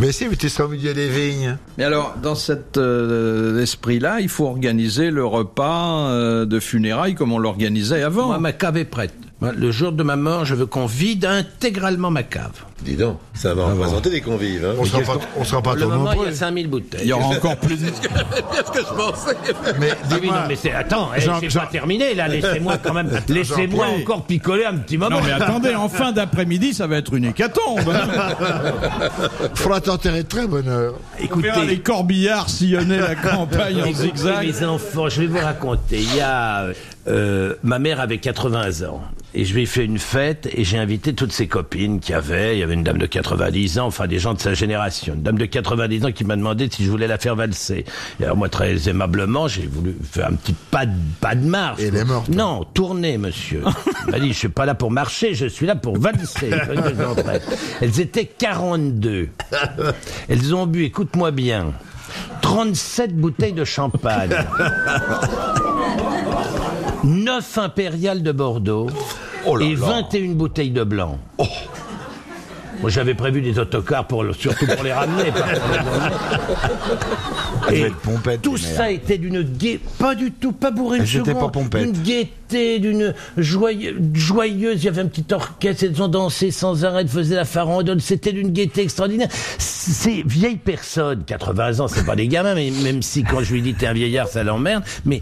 Speaker 4: mais si, mais tu seras au milieu des vignes.
Speaker 3: Mais alors, dans cet euh, esprit-là, il faut organiser le repas euh, de funérailles comme on l'organisait avant.
Speaker 5: Moi, ma cave est prête. Le jour de ma mort, je veux qu'on vide intégralement ma cave.
Speaker 2: Dis donc, ça va représenter des convives. Hein.
Speaker 4: On sera pas, on sera pas
Speaker 5: Pour le
Speaker 4: trop
Speaker 5: moment, il y
Speaker 4: nombreux.
Speaker 5: a 5000 bouteilles.
Speaker 3: Il y aura encore plus de...
Speaker 4: Mais
Speaker 5: Ah oui, non,
Speaker 4: dis-moi,
Speaker 5: mais c'est... Attends, eh,
Speaker 4: Jean-
Speaker 5: c'est
Speaker 4: Jean-
Speaker 5: pas terminé, là. Laissez-moi quand même... Laissez-moi
Speaker 4: Jean-Pierre.
Speaker 5: encore picoler un petit moment.
Speaker 3: Non mais attendez, en fin d'après-midi, ça va être une hécatombe. hein.
Speaker 4: faudra t'enterrer de très bonne heure.
Speaker 3: On verra les
Speaker 5: Écoutez...
Speaker 3: corbillards sillonner la campagne en
Speaker 5: écoutez,
Speaker 3: zigzag.
Speaker 5: mes enfants, je vais vous raconter. Il y a... euh, ma mère avait 80 ans. Et je lui ai fait une fête et j'ai invité toutes ses copines qu'il y avait. Il y avait une dame de 90 ans, enfin des gens de sa génération. Une dame de 90 ans qui m'a demandé si je voulais la faire valser. Et alors moi, très aimablement, j'ai voulu faire un petit pas de, pas de marche.
Speaker 4: Et elle est morte.
Speaker 5: Non, tourner, monsieur. Elle m'a dit, je suis pas là pour marcher, je suis là pour valser. Je rentrais. Elles étaient 42. Elles ont bu, écoute-moi bien, 37 bouteilles de champagne. 9 impériales de Bordeaux et 21 bouteilles de blanc. Moi, j'avais prévu des autocars pour le- surtout pour les ramener. pas pour les emmener. Et tout ça était d'une gaieté, pas du tout, pas bourré une
Speaker 7: Elles étaient
Speaker 5: seconde,
Speaker 7: pas pompettes.
Speaker 5: D'une gaieté, d'une joye- joyeuse. Il y avait un petit orchestre, elles ont dansé sans arrêt, elles faisaient la farandole. C'était d'une gaieté extraordinaire. Ces vieilles personnes, 80 ans, c'est pas des gamins, mais même si quand je lui dis t'es un vieillard, ça l'emmerde. Mais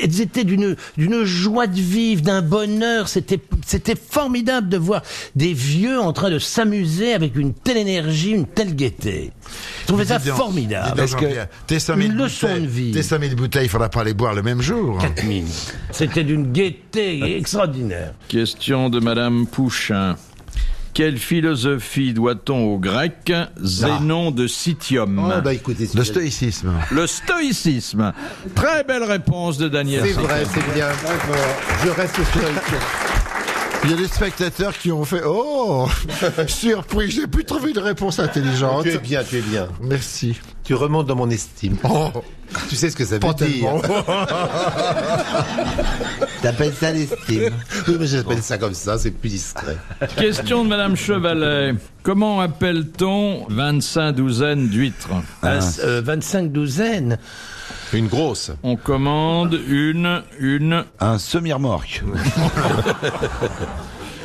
Speaker 5: elles étaient d'une d'une joie de vivre, d'un bonheur. C'était c'était formidable de voir des vieux en train de s'amuser avec une telle énergie, une telle gaieté. Je trouvais ça
Speaker 4: Dis donc, dis
Speaker 5: formidable.
Speaker 4: donc,
Speaker 5: Parce que-
Speaker 4: Jean-Pierre, Tes 5000
Speaker 5: une leçon de
Speaker 4: bouteilles,
Speaker 5: vie.
Speaker 4: tes 5000 bouteilles, il faudra pas les boire le même jour.
Speaker 5: Mine. C'était d'une
Speaker 2: Ah.
Speaker 5: gaieté extraordinaire.
Speaker 3: Question de Madame Pouchin. Quelle philosophie doit-on aux Grecs Zénon de Citium
Speaker 2: Ah. Oh, bah écoutez,
Speaker 4: Le stoïcisme.
Speaker 3: Le stoïcisme. Très belle réponse de Daniel.
Speaker 2: c'est
Speaker 3: Sica.
Speaker 2: vrai, c'est bien. Je reste stoïque.
Speaker 4: Il y a des spectateurs qui ont fait Oh Surpris, j'ai pu trouver une réponse intelligente.
Speaker 2: Tu es bien, tu es bien.
Speaker 4: Merci.
Speaker 2: Tu remontes dans mon estime.
Speaker 4: Oh,
Speaker 2: Tu sais ce que ça veut
Speaker 4: pas
Speaker 2: dire.
Speaker 4: tellement.
Speaker 9: T'appelles ça l'estime
Speaker 2: Oui, mais j'appelle ça comme ça, c'est plus discret.
Speaker 3: Question de Madame Chevalet. Comment appelle-t-on 25 douzaines d'huîtres
Speaker 2: Ah.
Speaker 5: Un- euh, 25 douzaines.
Speaker 2: Une grosse.
Speaker 3: On commande une, une.
Speaker 7: Un semi-remorque.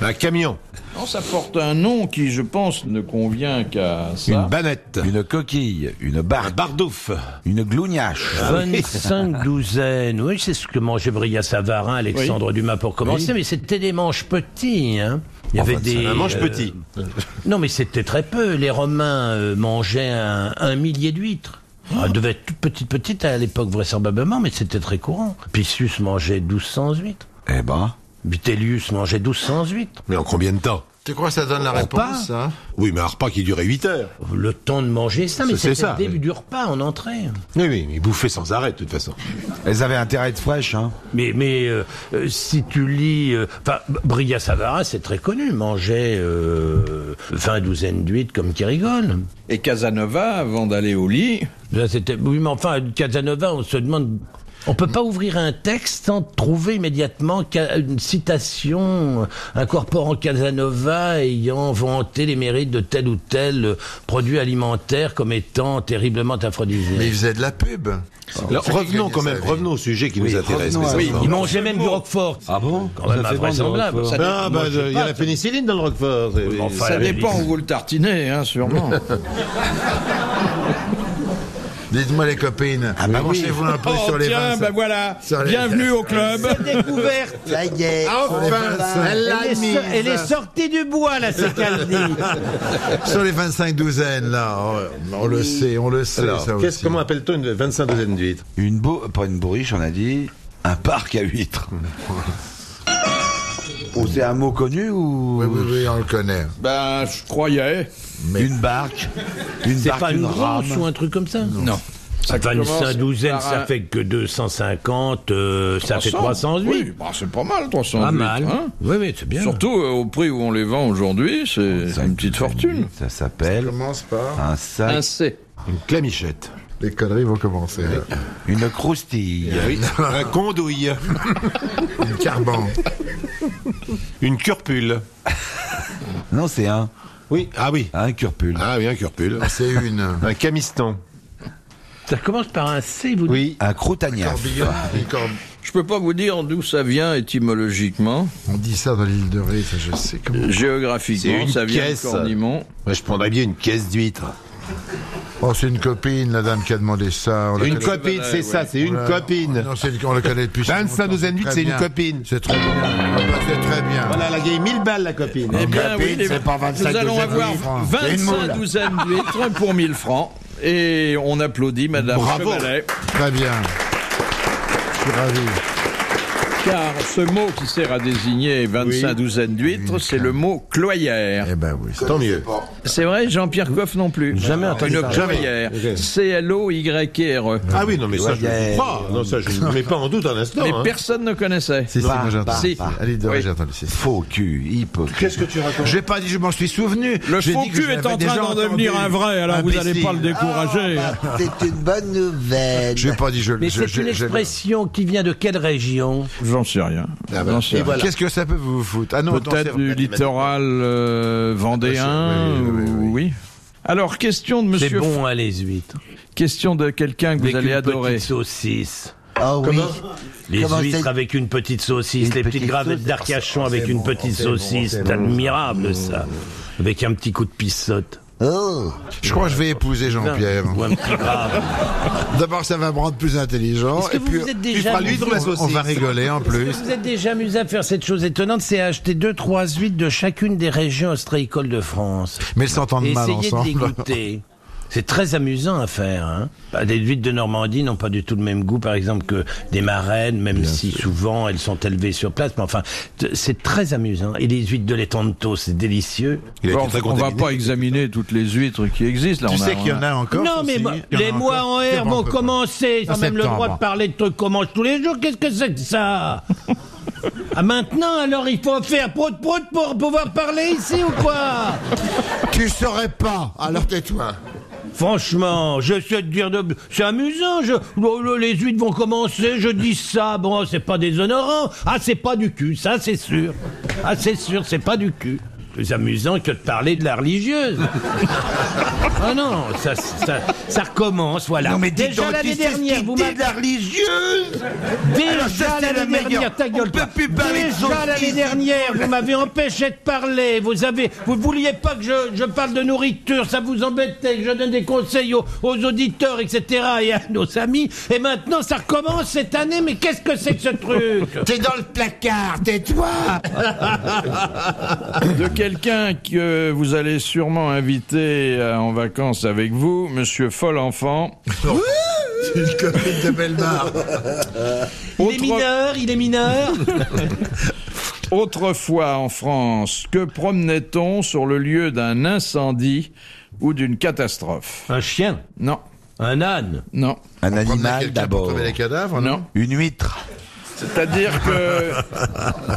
Speaker 2: Un camion.
Speaker 3: Non, ça porte un nom qui, je pense, ne convient qu'à ça.
Speaker 2: banette.
Speaker 7: Une coquille. Une barre.
Speaker 2: Bardouf.
Speaker 7: Une glougnache.
Speaker 2: Ah
Speaker 5: 25 douzaines. Oui, c'est ce que mangeait Bria Savarin, Alexandre Dumas pour commencer, mais c'était des manches petits. hein. Il y avait des.
Speaker 2: Un mange
Speaker 5: euh,
Speaker 2: petit.
Speaker 5: Non, mais c'était très peu. Les Romains euh, mangeaient un, un millier d'huîtres.
Speaker 2: Oh.
Speaker 5: Elle devait être toute petite, petite à l'époque, vraisemblablement, mais c'était très courant. Pissus mangeait 1200 huîtres.
Speaker 7: Eh ben.
Speaker 5: Vitellius mangeait 1200 huîtres.
Speaker 2: Mais en combien de temps
Speaker 4: Tu crois que ça donne la réponse, ça
Speaker 2: Oui, mais un repas qui durait 8 heures.
Speaker 5: Le temps de manger ça, mais
Speaker 2: C'est- c'est
Speaker 5: c'était
Speaker 2: ça,
Speaker 5: le début
Speaker 2: oui.
Speaker 5: du repas en entrée.
Speaker 2: Oui, oui, il bouffait sans arrêt, de toute façon.
Speaker 7: Elles avaient intérêt à être fraîches, hein.
Speaker 5: Mais, mais euh, euh, si tu lis. euh, Enfin, Bria Savarin, c'est très connu, mangeait euh, 20 douzaines d'huîtres comme qui rigole.
Speaker 3: Et Casanova, avant d'aller au lit,
Speaker 5: Là, c'était- oui, mais enfin, Casanova, on se demande. On peut pas ouvrir un texte sans trouver immédiatement ca- une citation incorporant Casanova ayant vanté les mérites de tel ou tel euh, produit alimentaire comme étant terriblement
Speaker 4: Mais il
Speaker 5: aphrodisiaque.
Speaker 4: faisait de la pub.
Speaker 2: Alors,
Speaker 4: C'est
Speaker 2: revenons
Speaker 4: qui
Speaker 2: quand
Speaker 4: gagnait
Speaker 2: même,
Speaker 4: sa vie
Speaker 2: revenons au sujet qui nous intéresse.
Speaker 7: revenons à-
Speaker 2: mais
Speaker 7: Oui,
Speaker 2: ça,
Speaker 5: Il mangeait même du Roquefort.
Speaker 6: Ah bon
Speaker 5: Quand même
Speaker 6: Ça fait
Speaker 5: invraisemblable.
Speaker 6: vendre,
Speaker 5: Ça dé-
Speaker 2: Ah, bah,
Speaker 5: moi, je sais
Speaker 2: il y a
Speaker 5: pas,
Speaker 2: la pénicilline dans le Roquefort.
Speaker 5: mais enfin,
Speaker 3: ça
Speaker 5: la-
Speaker 3: dépend où vous le tartinez, hein, sûrement.
Speaker 4: Dites-moi, les copines, avancez-vous un peu sur les
Speaker 3: Oh, tiens,
Speaker 4: vins.
Speaker 3: ben voilà.
Speaker 4: sur les-
Speaker 3: Bienvenue au club.
Speaker 9: Découverte Ça y est
Speaker 7: Ah.
Speaker 3: Ah,
Speaker 4: Oh. Enfin, bah, elle l'a
Speaker 5: Elle est, so- elle est sortie du bois, la Cicaldi.
Speaker 4: Sur les 25 douzaines, là, on, on le sait, on le sait, ça
Speaker 2: Qu'est-ce,
Speaker 4: aussi.
Speaker 2: comment appelle-t-on une 25 douzaines d'huîtres
Speaker 7: Une beau, pas une bourriche, on a dit. Un parc à huîtres. Ou Oh, c'est un mot connu ou
Speaker 4: Oui, oui, oui, on le connaît.
Speaker 3: Ben, je croyais.
Speaker 7: une barque, une
Speaker 5: C'est
Speaker 7: barque,
Speaker 5: pas
Speaker 7: une,
Speaker 5: une
Speaker 7: rame.
Speaker 5: grosse ou un truc comme ça
Speaker 3: Non. Ça
Speaker 5: 25
Speaker 3: commence
Speaker 5: douzaines,
Speaker 3: par
Speaker 5: ça
Speaker 3: un-
Speaker 5: fait que 250, euh, ça fait 308.
Speaker 3: Oui, bah, c'est pas mal, 308.
Speaker 5: Pas mal.
Speaker 3: hein.
Speaker 5: oui, oui, c'est bien.
Speaker 3: Surtout euh, au prix où on les vend aujourd'hui, c'est c'est une petite fortune.
Speaker 7: Ça s'appelle
Speaker 4: Commence par.
Speaker 7: un
Speaker 3: Un
Speaker 7: sac,
Speaker 3: C.
Speaker 2: Une clamichette.
Speaker 4: Ah. Les conneries vont commencer. là.
Speaker 7: une croustille,
Speaker 2: un condouille.
Speaker 4: Une carban.
Speaker 2: Une curpule.
Speaker 7: Non, c'est un,
Speaker 2: Oui, ah oui.
Speaker 7: un curpule.
Speaker 2: Ah oui, un curpule.
Speaker 4: C'est une.
Speaker 2: Un camiston.
Speaker 5: Ça commence par un C, vous
Speaker 2: Oui.
Speaker 7: Un croutagnard.
Speaker 4: Corbillon, une corbe-
Speaker 3: Je peux pas vous dire d'où ça vient étymologiquement.
Speaker 4: On dit ça dans l'île de Ré, ça je sais. Comment...
Speaker 2: C'est
Speaker 3: Géographiquement,
Speaker 2: une
Speaker 3: ça vient
Speaker 2: caisse.
Speaker 3: de Cornimont.
Speaker 2: Moi, je prendrais bien une caisse d'huîtres.
Speaker 4: Oh, c'est une copine, la dame qui a demandé ça. On la
Speaker 2: Une
Speaker 4: connaît-
Speaker 2: copine, c'est ça, c'est une
Speaker 4: Voilà.
Speaker 2: copine.
Speaker 4: Non, c'est une- on la connaît depuis.
Speaker 2: 25
Speaker 4: longtemps.
Speaker 2: douzaines d'huîtres,
Speaker 4: Très
Speaker 2: c'est
Speaker 4: bien.
Speaker 2: une copine.
Speaker 4: C'est très bien. Ah, bah, C'est très bien.
Speaker 2: Voilà, elle a gagné 1000 balles, la copine.
Speaker 3: Eh bien, oui,
Speaker 4: Capine,
Speaker 3: les-
Speaker 4: c'est pas 25
Speaker 3: nous allons
Speaker 4: douzaines
Speaker 3: avoir
Speaker 4: de francs. C'est une
Speaker 3: 25
Speaker 4: moule.
Speaker 3: douzaines d'huîtres pour 1000 francs. Et on applaudit Madame
Speaker 4: Bravo.
Speaker 3: Chevalet.
Speaker 4: Très bien. Je suis ravi.
Speaker 3: Car ce mot qui sert à désigner 25 douzaines d'huîtres, c'est le mot cloyère.
Speaker 4: Eh ben oui.
Speaker 2: Tant mieux.
Speaker 3: C'est vrai, Jean-Pierre Goff non plus.
Speaker 5: Jamais entendu
Speaker 3: Une
Speaker 5: parler.
Speaker 3: cloyère. C-L-O-Y-R-E.
Speaker 2: Ah oui, non, mais ça, je ne
Speaker 7: Loyal.
Speaker 2: pas. Non, ça, je ne mets pas en doute un instant.
Speaker 3: Mais
Speaker 2: hein.
Speaker 3: personne ne connaissait.
Speaker 4: Si, si, moi j'ai entendu.
Speaker 3: Si.
Speaker 4: Allez, Doré,
Speaker 3: Oui.
Speaker 4: j'ai entendu. si, si.
Speaker 10: Faux cul, hypocrite.
Speaker 2: Qu'est-ce que tu racontes
Speaker 4: J'ai pas dit, je m'en suis souvenu.
Speaker 3: Le
Speaker 4: J'ai
Speaker 3: faux
Speaker 4: dit que je
Speaker 3: cul est
Speaker 4: l'avais
Speaker 3: en
Speaker 4: déjà
Speaker 3: train d'en
Speaker 4: entendu.
Speaker 3: devenir un vrai, alors vous n'allez pas le
Speaker 4: Imbécile. Ah, bah.
Speaker 3: décourager.
Speaker 7: C'est une bonne nouvelle.
Speaker 4: J'ai pas dit, je
Speaker 5: Mais
Speaker 4: je-
Speaker 5: c'est
Speaker 4: je-
Speaker 5: une
Speaker 4: je-
Speaker 5: expression qui vient de quelle région
Speaker 3: J'en sais rien. J'en sais
Speaker 4: Ah, Et
Speaker 3: rien.
Speaker 4: bah, voilà. Qu'est-ce que ça peut vous foutre Ah non, attends, c'est
Speaker 3: Peut-être
Speaker 4: vrai,
Speaker 3: du
Speaker 4: mais-
Speaker 3: littoral euh, vendéen.
Speaker 4: Oui, oui, oui, oui.
Speaker 3: ou- oui. Alors, question de
Speaker 5: C'est
Speaker 3: monsieur.
Speaker 5: bon, hein, les huîtres.
Speaker 3: Question de quelqu'un que
Speaker 5: Avec
Speaker 3: vous allez
Speaker 5: une
Speaker 3: adorer.
Speaker 5: petite saucisse.
Speaker 7: Oh oui.
Speaker 5: Les
Speaker 7: Comment
Speaker 5: huîtres
Speaker 7: c'est-
Speaker 5: avec une petite saucisse,
Speaker 7: Une
Speaker 5: les petites
Speaker 7: petite
Speaker 5: gravettes
Speaker 7: sauce-
Speaker 5: d'Arcachon avec une petite saucisse, c'est admirable ça. Avec un petit coup de pissote.
Speaker 7: Oh.
Speaker 4: Je crois que je vais épouser Jean-Pierre.
Speaker 5: Ou un petit grave.
Speaker 4: D'abord, ça va me rendre plus intelligent.
Speaker 5: Est-ce que
Speaker 4: et
Speaker 5: vous
Speaker 4: puis,
Speaker 5: vous êtes
Speaker 4: tu
Speaker 5: déjà
Speaker 4: feras l'huître ou la
Speaker 5: amusé-
Speaker 4: saucisse On va rigoler en plus.
Speaker 5: Vous êtes déjà amusé à faire cette chose étonnante, c'est acheter deux, trois huîtres de chacune des régions ostréicoles de France.
Speaker 4: Mais ils s'entendent
Speaker 5: Et
Speaker 4: mal
Speaker 5: essayez de les
Speaker 4: ensemble.
Speaker 5: goûter. C'est très amusant à faire. Hein Bah, les huîtres de Normandie n'ont pas du tout le même goût, par exemple, que des marraines, même si souvent elles sont élevées sur place. Mais enfin, t- c'est très amusant. Et les huîtres de l'Etanto, c'est délicieux.
Speaker 10: Il a
Speaker 3: Bon,
Speaker 10: été très
Speaker 3: on va
Speaker 10: contaminé.
Speaker 3: pas examiner toutes les huîtres qui existent. Là,
Speaker 4: Tu
Speaker 3: on a-
Speaker 4: sais qu'il y en a encore.
Speaker 5: non, mais
Speaker 4: Francis,
Speaker 5: moi,
Speaker 4: il y en a
Speaker 5: les mois
Speaker 4: encore.
Speaker 5: en
Speaker 4: Qui
Speaker 5: R
Speaker 4: en
Speaker 5: vont
Speaker 4: peut pas.
Speaker 5: commencer. Ils
Speaker 4: En
Speaker 5: ont même le droit
Speaker 4: septembre.
Speaker 5: de parler de trucs qu'on mange tous les jours. Qu'est-ce que c'est que ça Ah, maintenant, alors, il faut faire prout-prout pour pouvoir parler ici ou quoi
Speaker 4: Tu saurais pas, alors tais-toi.
Speaker 5: Franchement, je sais te dire de... C'est amusant, je... oh là, les huîtres vont commencer, je dis ça, bon, c'est pas déshonorant. Ah, c'est pas du cul, ça, c'est sûr. Ah, c'est sûr, c'est pas du cul. Plus amusant que de parler de la religieuse. ah non, ça, ça, ça recommence, voilà.
Speaker 6: Non mais dites
Speaker 5: déjà
Speaker 6: donc,
Speaker 5: l'année
Speaker 6: qui c'est ce
Speaker 5: dernière,
Speaker 6: qui
Speaker 5: vous
Speaker 6: dit
Speaker 5: m'avez-
Speaker 6: de la religieuse Alors ça,
Speaker 5: Déjà
Speaker 6: c'est la
Speaker 5: l'année
Speaker 6: meilleure.
Speaker 5: dernière, ta gueule.
Speaker 6: On peut
Speaker 5: toi.
Speaker 6: plus parler de
Speaker 5: Déjà
Speaker 6: saucisses.
Speaker 5: l'année dernière, vous m'avez empêché de parler. Vous avez, vous vouliez pas que je, je parle de nourriture, ça vous embêtait, que je donne des conseils aux, aux auditeurs, etc. et à nos amis. Et maintenant, ça recommence cette année. Mais qu'est-ce que c'est que ce truc
Speaker 6: T'es dans le placard, tais-toi
Speaker 3: de quelqu'un que vous allez sûrement inviter euh, en vacances avec vous, Monsieur Folenfant.
Speaker 4: Une copine de Belmar.
Speaker 5: Il est mineur, il est mineur.
Speaker 3: Autrefois en France, que promenait-on sur le lieu d'un incendie ou d'une catastrophe
Speaker 5: Un chien,
Speaker 3: Non,
Speaker 5: un âne.
Speaker 3: non,
Speaker 7: Un
Speaker 4: Promener
Speaker 7: animal
Speaker 4: quelqu'un pour
Speaker 7: d'abord.
Speaker 4: trouver les cadavres, non
Speaker 3: non.
Speaker 7: Une huître.
Speaker 3: C'est-à-dire que,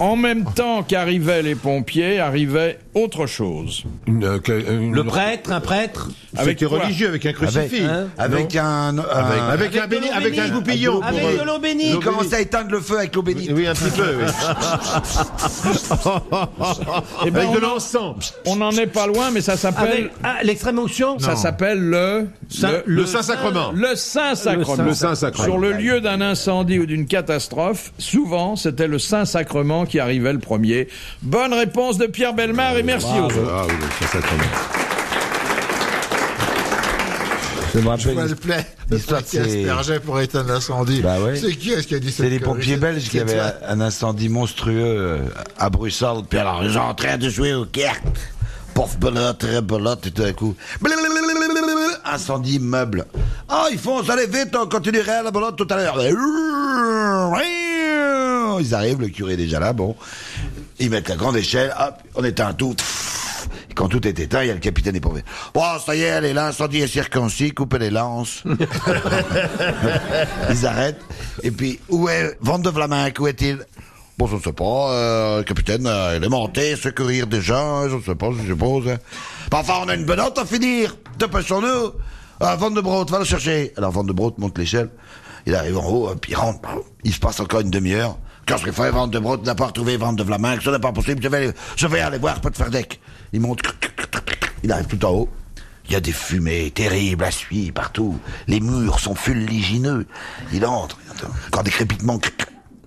Speaker 3: en même temps qu'arrivaient les pompiers, arrivait autre chose.
Speaker 2: Une, euh, que- une-
Speaker 5: Le prêtre, un prêtre.
Speaker 3: Avec
Speaker 2: C'était
Speaker 3: quoi
Speaker 2: religieux, avec un crucifix.
Speaker 5: Hein
Speaker 6: Avec un...
Speaker 4: euh,
Speaker 6: un-
Speaker 2: avec, Ah. avec un béni-
Speaker 5: de l'eau
Speaker 2: avec un
Speaker 5: bénite.
Speaker 2: goupillon.
Speaker 5: Avec
Speaker 2: pour,
Speaker 5: de
Speaker 2: euh,
Speaker 5: l'eau bénite.
Speaker 2: l'eau
Speaker 6: Il commence à éteindre le feu avec l'eau bénite.
Speaker 2: Oui, un petit peu, oui.
Speaker 3: Eh ben,
Speaker 2: Avec de
Speaker 3: on en-
Speaker 2: l'encens.
Speaker 3: on n'en est pas loin, mais ça s'appelle
Speaker 5: Avec ah, l'extrême onction.
Speaker 3: ça s'appelle le le, Ah,
Speaker 2: Le Saint-Sacrement.
Speaker 3: le Saint-Sacrement.
Speaker 2: Le Saint-Sacrement.
Speaker 3: Sur le lieu d'un incendie ou d'une catastrophe, souvent c'était le Saint-Sacrement qui arrivait le premier. Bonne réponse de Pierre Belmar et merci aux autres.
Speaker 10: Ah oui, ça, ça commence.
Speaker 7: Je me
Speaker 4: Je vois
Speaker 7: rappelle.
Speaker 4: le plaît.
Speaker 7: L'histoire,
Speaker 4: Qui
Speaker 7: c'est-
Speaker 4: aspergeait pour éteindre l'incendie.
Speaker 7: Bah ouais.
Speaker 4: C'est qui est-ce qui a dit ça
Speaker 10: C'est les pompiers belges qui avaient un incendie
Speaker 7: euh,
Speaker 10: monstrueux à Bruxelles. Puis alors,
Speaker 7: Ils sont en train de jouer aux cartes. Pof, belote, rebolote, et tout d'un coup.
Speaker 6: Blablabla, Incendie immeuble. Ah, ils font, allez vite, on continuera la belote tout à l'heure. Ils arrivent, le curé est déjà là, bon. Ils mettent la grande échelle, hop, on éteint tout. Et Quand tout est éteint, il y a le capitaine éprouvé. Bon, ça y est, les- l'incendie est circoncis, coupez les lances. ils arrêtent. Et puis, où est Van de Vlaminck, où est-il Bon, je ne sais pas, euh, capitaine, euh, il est monté, secourir des gens, je ne sais pas, je suppose. Bah, enfin, on a une benotte à finir, dépêchons-nous. Euh, Van de Brood, va le chercher. Alors, Van de Brood monte l'échelle, il arrive en haut, euh, puis il rentre, bah, il se passe encore une demi-heure. Qu'est-ce qu'il fait, Van de Brood n'a pas retrouvé Van de Vlaminck, ce n'est pas possible, je vais, aller- je vais aller voir Potferdec. Il monte, il arrive tout en haut. Il y a des fumées terribles à suivre partout. Les murs sont fuligineux. Il entre, il entend encore des crépitements.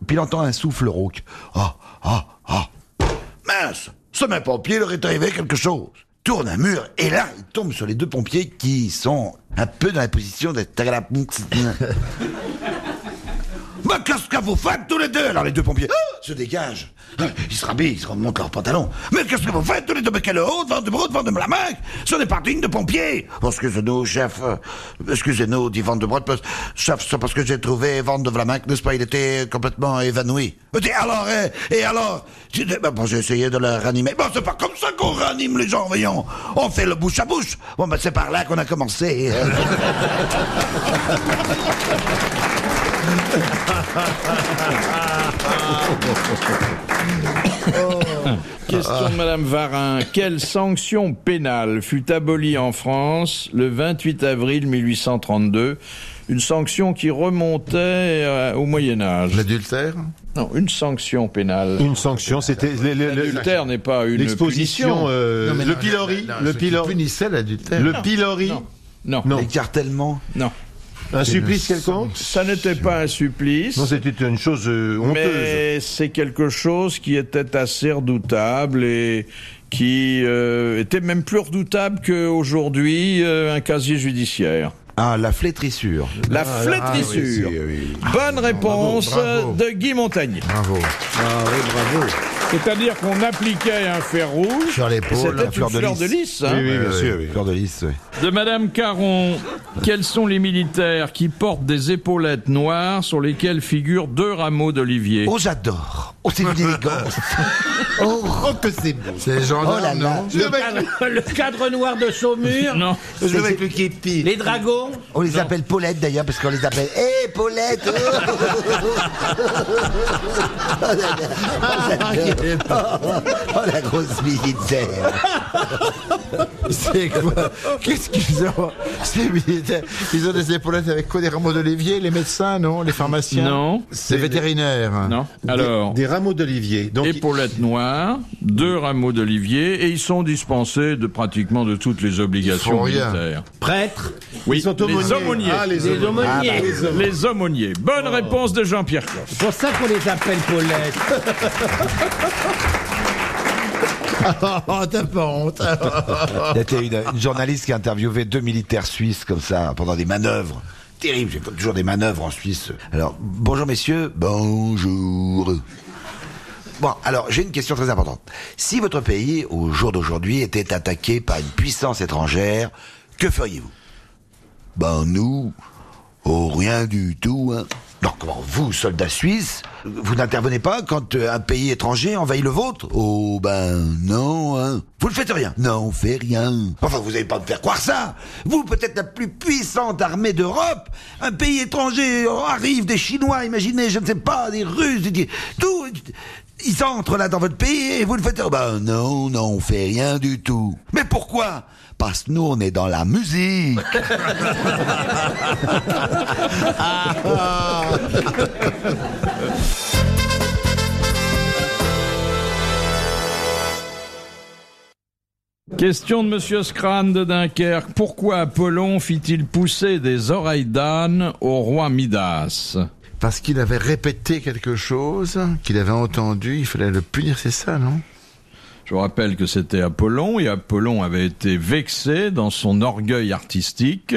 Speaker 6: Puis il entend un souffle rauque. Ah, ah, ah. Mince Ce même pompier leur est arrivé quelque chose. Tourne un mur et là, il tombe sur les deux pompiers qui sont un peu dans la position d'être à
Speaker 7: Bah,
Speaker 6: la- Mais qu'est-ce que vous faites tous les deux Alors les deux pompiers. Ah
Speaker 7: se dégage. Ah, Il se rhabille, il se remonte leur pantalon. Mais qu'est-ce que vous faites, tous les deux becs à haut, devant de brut, devant de la main Ce n'est pas digne de pompiers Excusez-nous, chef. euh, Excusez-nous, dit Van de Brot. parce- Chef, c'est parce que j'ai trouvé Van de Vlaminck, n'est-ce pas Il était complètement évanoui. Mais dis, alors, eh, et, alors J'ai dit, ben, bon, j'ai essayé de le ranimer. Bon, c'est pas comme ça qu'on ranime les gens, voyons. On fait le bouche à bouche. Bon, ben, c'est par là qu'on a commencé.
Speaker 3: Question de Madame Varin. Quelle sanction pénale fut abolie en France le 28 avril 1832 Une sanction qui remontait euh, au Moyen Âge.
Speaker 4: L'adultère
Speaker 3: Non, une sanction pénale.
Speaker 11: Une sanction, c'était le- le- le-
Speaker 3: L'adultère n'est pas une
Speaker 11: l'exposition,
Speaker 3: punition.
Speaker 11: euh,
Speaker 4: Non, mais
Speaker 11: le
Speaker 4: non,
Speaker 11: pilori,
Speaker 4: non, non,
Speaker 11: le
Speaker 4: ceux qui
Speaker 11: pilori,
Speaker 4: punissaient l'adultère.
Speaker 11: le pilori,
Speaker 3: Non,
Speaker 11: Non.
Speaker 7: Écartellement.
Speaker 3: non.
Speaker 11: un supplice quelconque.
Speaker 3: Ça n'était pas un supplice.
Speaker 11: Non, c'était une chose euh, honteuse.
Speaker 3: Mais c'est quelque chose qui était assez redoutable et qui euh, était même plus redoutable qu'aujourd'hui euh, un casier judiciaire.
Speaker 6: Ah, la flétrissure.
Speaker 3: La
Speaker 6: ah,
Speaker 3: flétrissure. Bonne réponse
Speaker 4: bravo.
Speaker 3: de Guy Montagnier.
Speaker 4: Bravo.
Speaker 3: C'est-à-dire qu'on appliquait un fer rouge.
Speaker 6: Sur
Speaker 3: et
Speaker 6: l'épaule,
Speaker 3: C'était
Speaker 6: la
Speaker 3: une
Speaker 6: fleur de lys.
Speaker 3: de lys. hein.
Speaker 11: Oui, oui, bien
Speaker 6: Euh,
Speaker 11: sûr. oui.
Speaker 6: Fleur de lys, oui.
Speaker 3: De Madame Caron, quels sont les militaires qui portent des épaulettes noires sur lesquelles figurent deux rameaux d'olivier
Speaker 6: Oh, j'adore. Oh, c'est une élégance.
Speaker 2: Oh, que c'est beau.
Speaker 4: C'est les
Speaker 5: Oh
Speaker 4: gendarmes, non
Speaker 2: Le mec,
Speaker 5: Le cadre noir de Saumur,
Speaker 3: Non.
Speaker 2: le mec le képi.
Speaker 5: les dragons.
Speaker 6: On les appelle Paulette d'ailleurs, parce qu'on les appelle. Eh,
Speaker 9: Hé, Paulette oh, la grosse militaire
Speaker 4: C'est quoi Qu'est-ce qu'ils ont Ces militaires, Ils ont des épaulettes avec quoi Des rameaux d'olivier Les médecins, non Les pharmaciens
Speaker 3: Non.
Speaker 4: Les vétérinaires
Speaker 3: Non. Alors.
Speaker 11: Des rameaux d'olivier. Donc,
Speaker 3: Épaulettes noires, deux rameaux d'olivier, et ils sont dispensés de pratiquement de toutes les
Speaker 4: Ils
Speaker 3: obligations
Speaker 4: font rien.
Speaker 3: militaires.
Speaker 5: Prêtres,
Speaker 3: Oui,
Speaker 2: Ils sont
Speaker 3: les aumôniers.
Speaker 2: Ah, les aumôniers.
Speaker 5: aumôniers.
Speaker 3: Les aumôniers.
Speaker 4: Oh.
Speaker 3: Bonne réponse de Jean-Pierre Coff.
Speaker 5: C'est pour ça qu'on les appelle Paulette.
Speaker 2: Oh, t'as pas honte.
Speaker 6: Il y a une, une journaliste qui a interviewé deux militaires suisses comme ça pendant des manœuvres. Terrible, j'ai toujours des manœuvres en Suisse. Alors, bonjour messieurs. Bonjour. Bon, alors j'ai une question très importante. Si votre pays, au jour d'aujourd'hui, était attaqué par une puissance étrangère, que feriez-vous Ben nous, oh rien du tout. Hein. Donc comment vous, soldats suisses, vous n'intervenez pas quand euh, un pays étranger envahit le vôtre Oh ben non. Hein. Vous ne faites rien Non, on fait rien. Enfin, vous n'allez pas me faire croire ça. Vous, peut-être la plus puissante armée d'Europe, un pays étranger oh, arrive, des Chinois, imaginez, je ne sais pas, des Russes, des- tout. Ils entrent là dans votre pays et vous le faites. Oh ben non, non, on fait rien du tout. Mais pourquoi Parce que nous, on est dans la musique.
Speaker 3: Question de Monsieur Scran de Dunkerque. Pourquoi Apollon fit-il pousser des oreilles d'âne au roi Midas
Speaker 4: Parce qu'il avait répété quelque chose qu'il avait entendu, il fallait le punir, c'est ça, non
Speaker 3: Je vous rappelle que c'était Apollon, et Apollon avait été vexé dans son orgueil artistique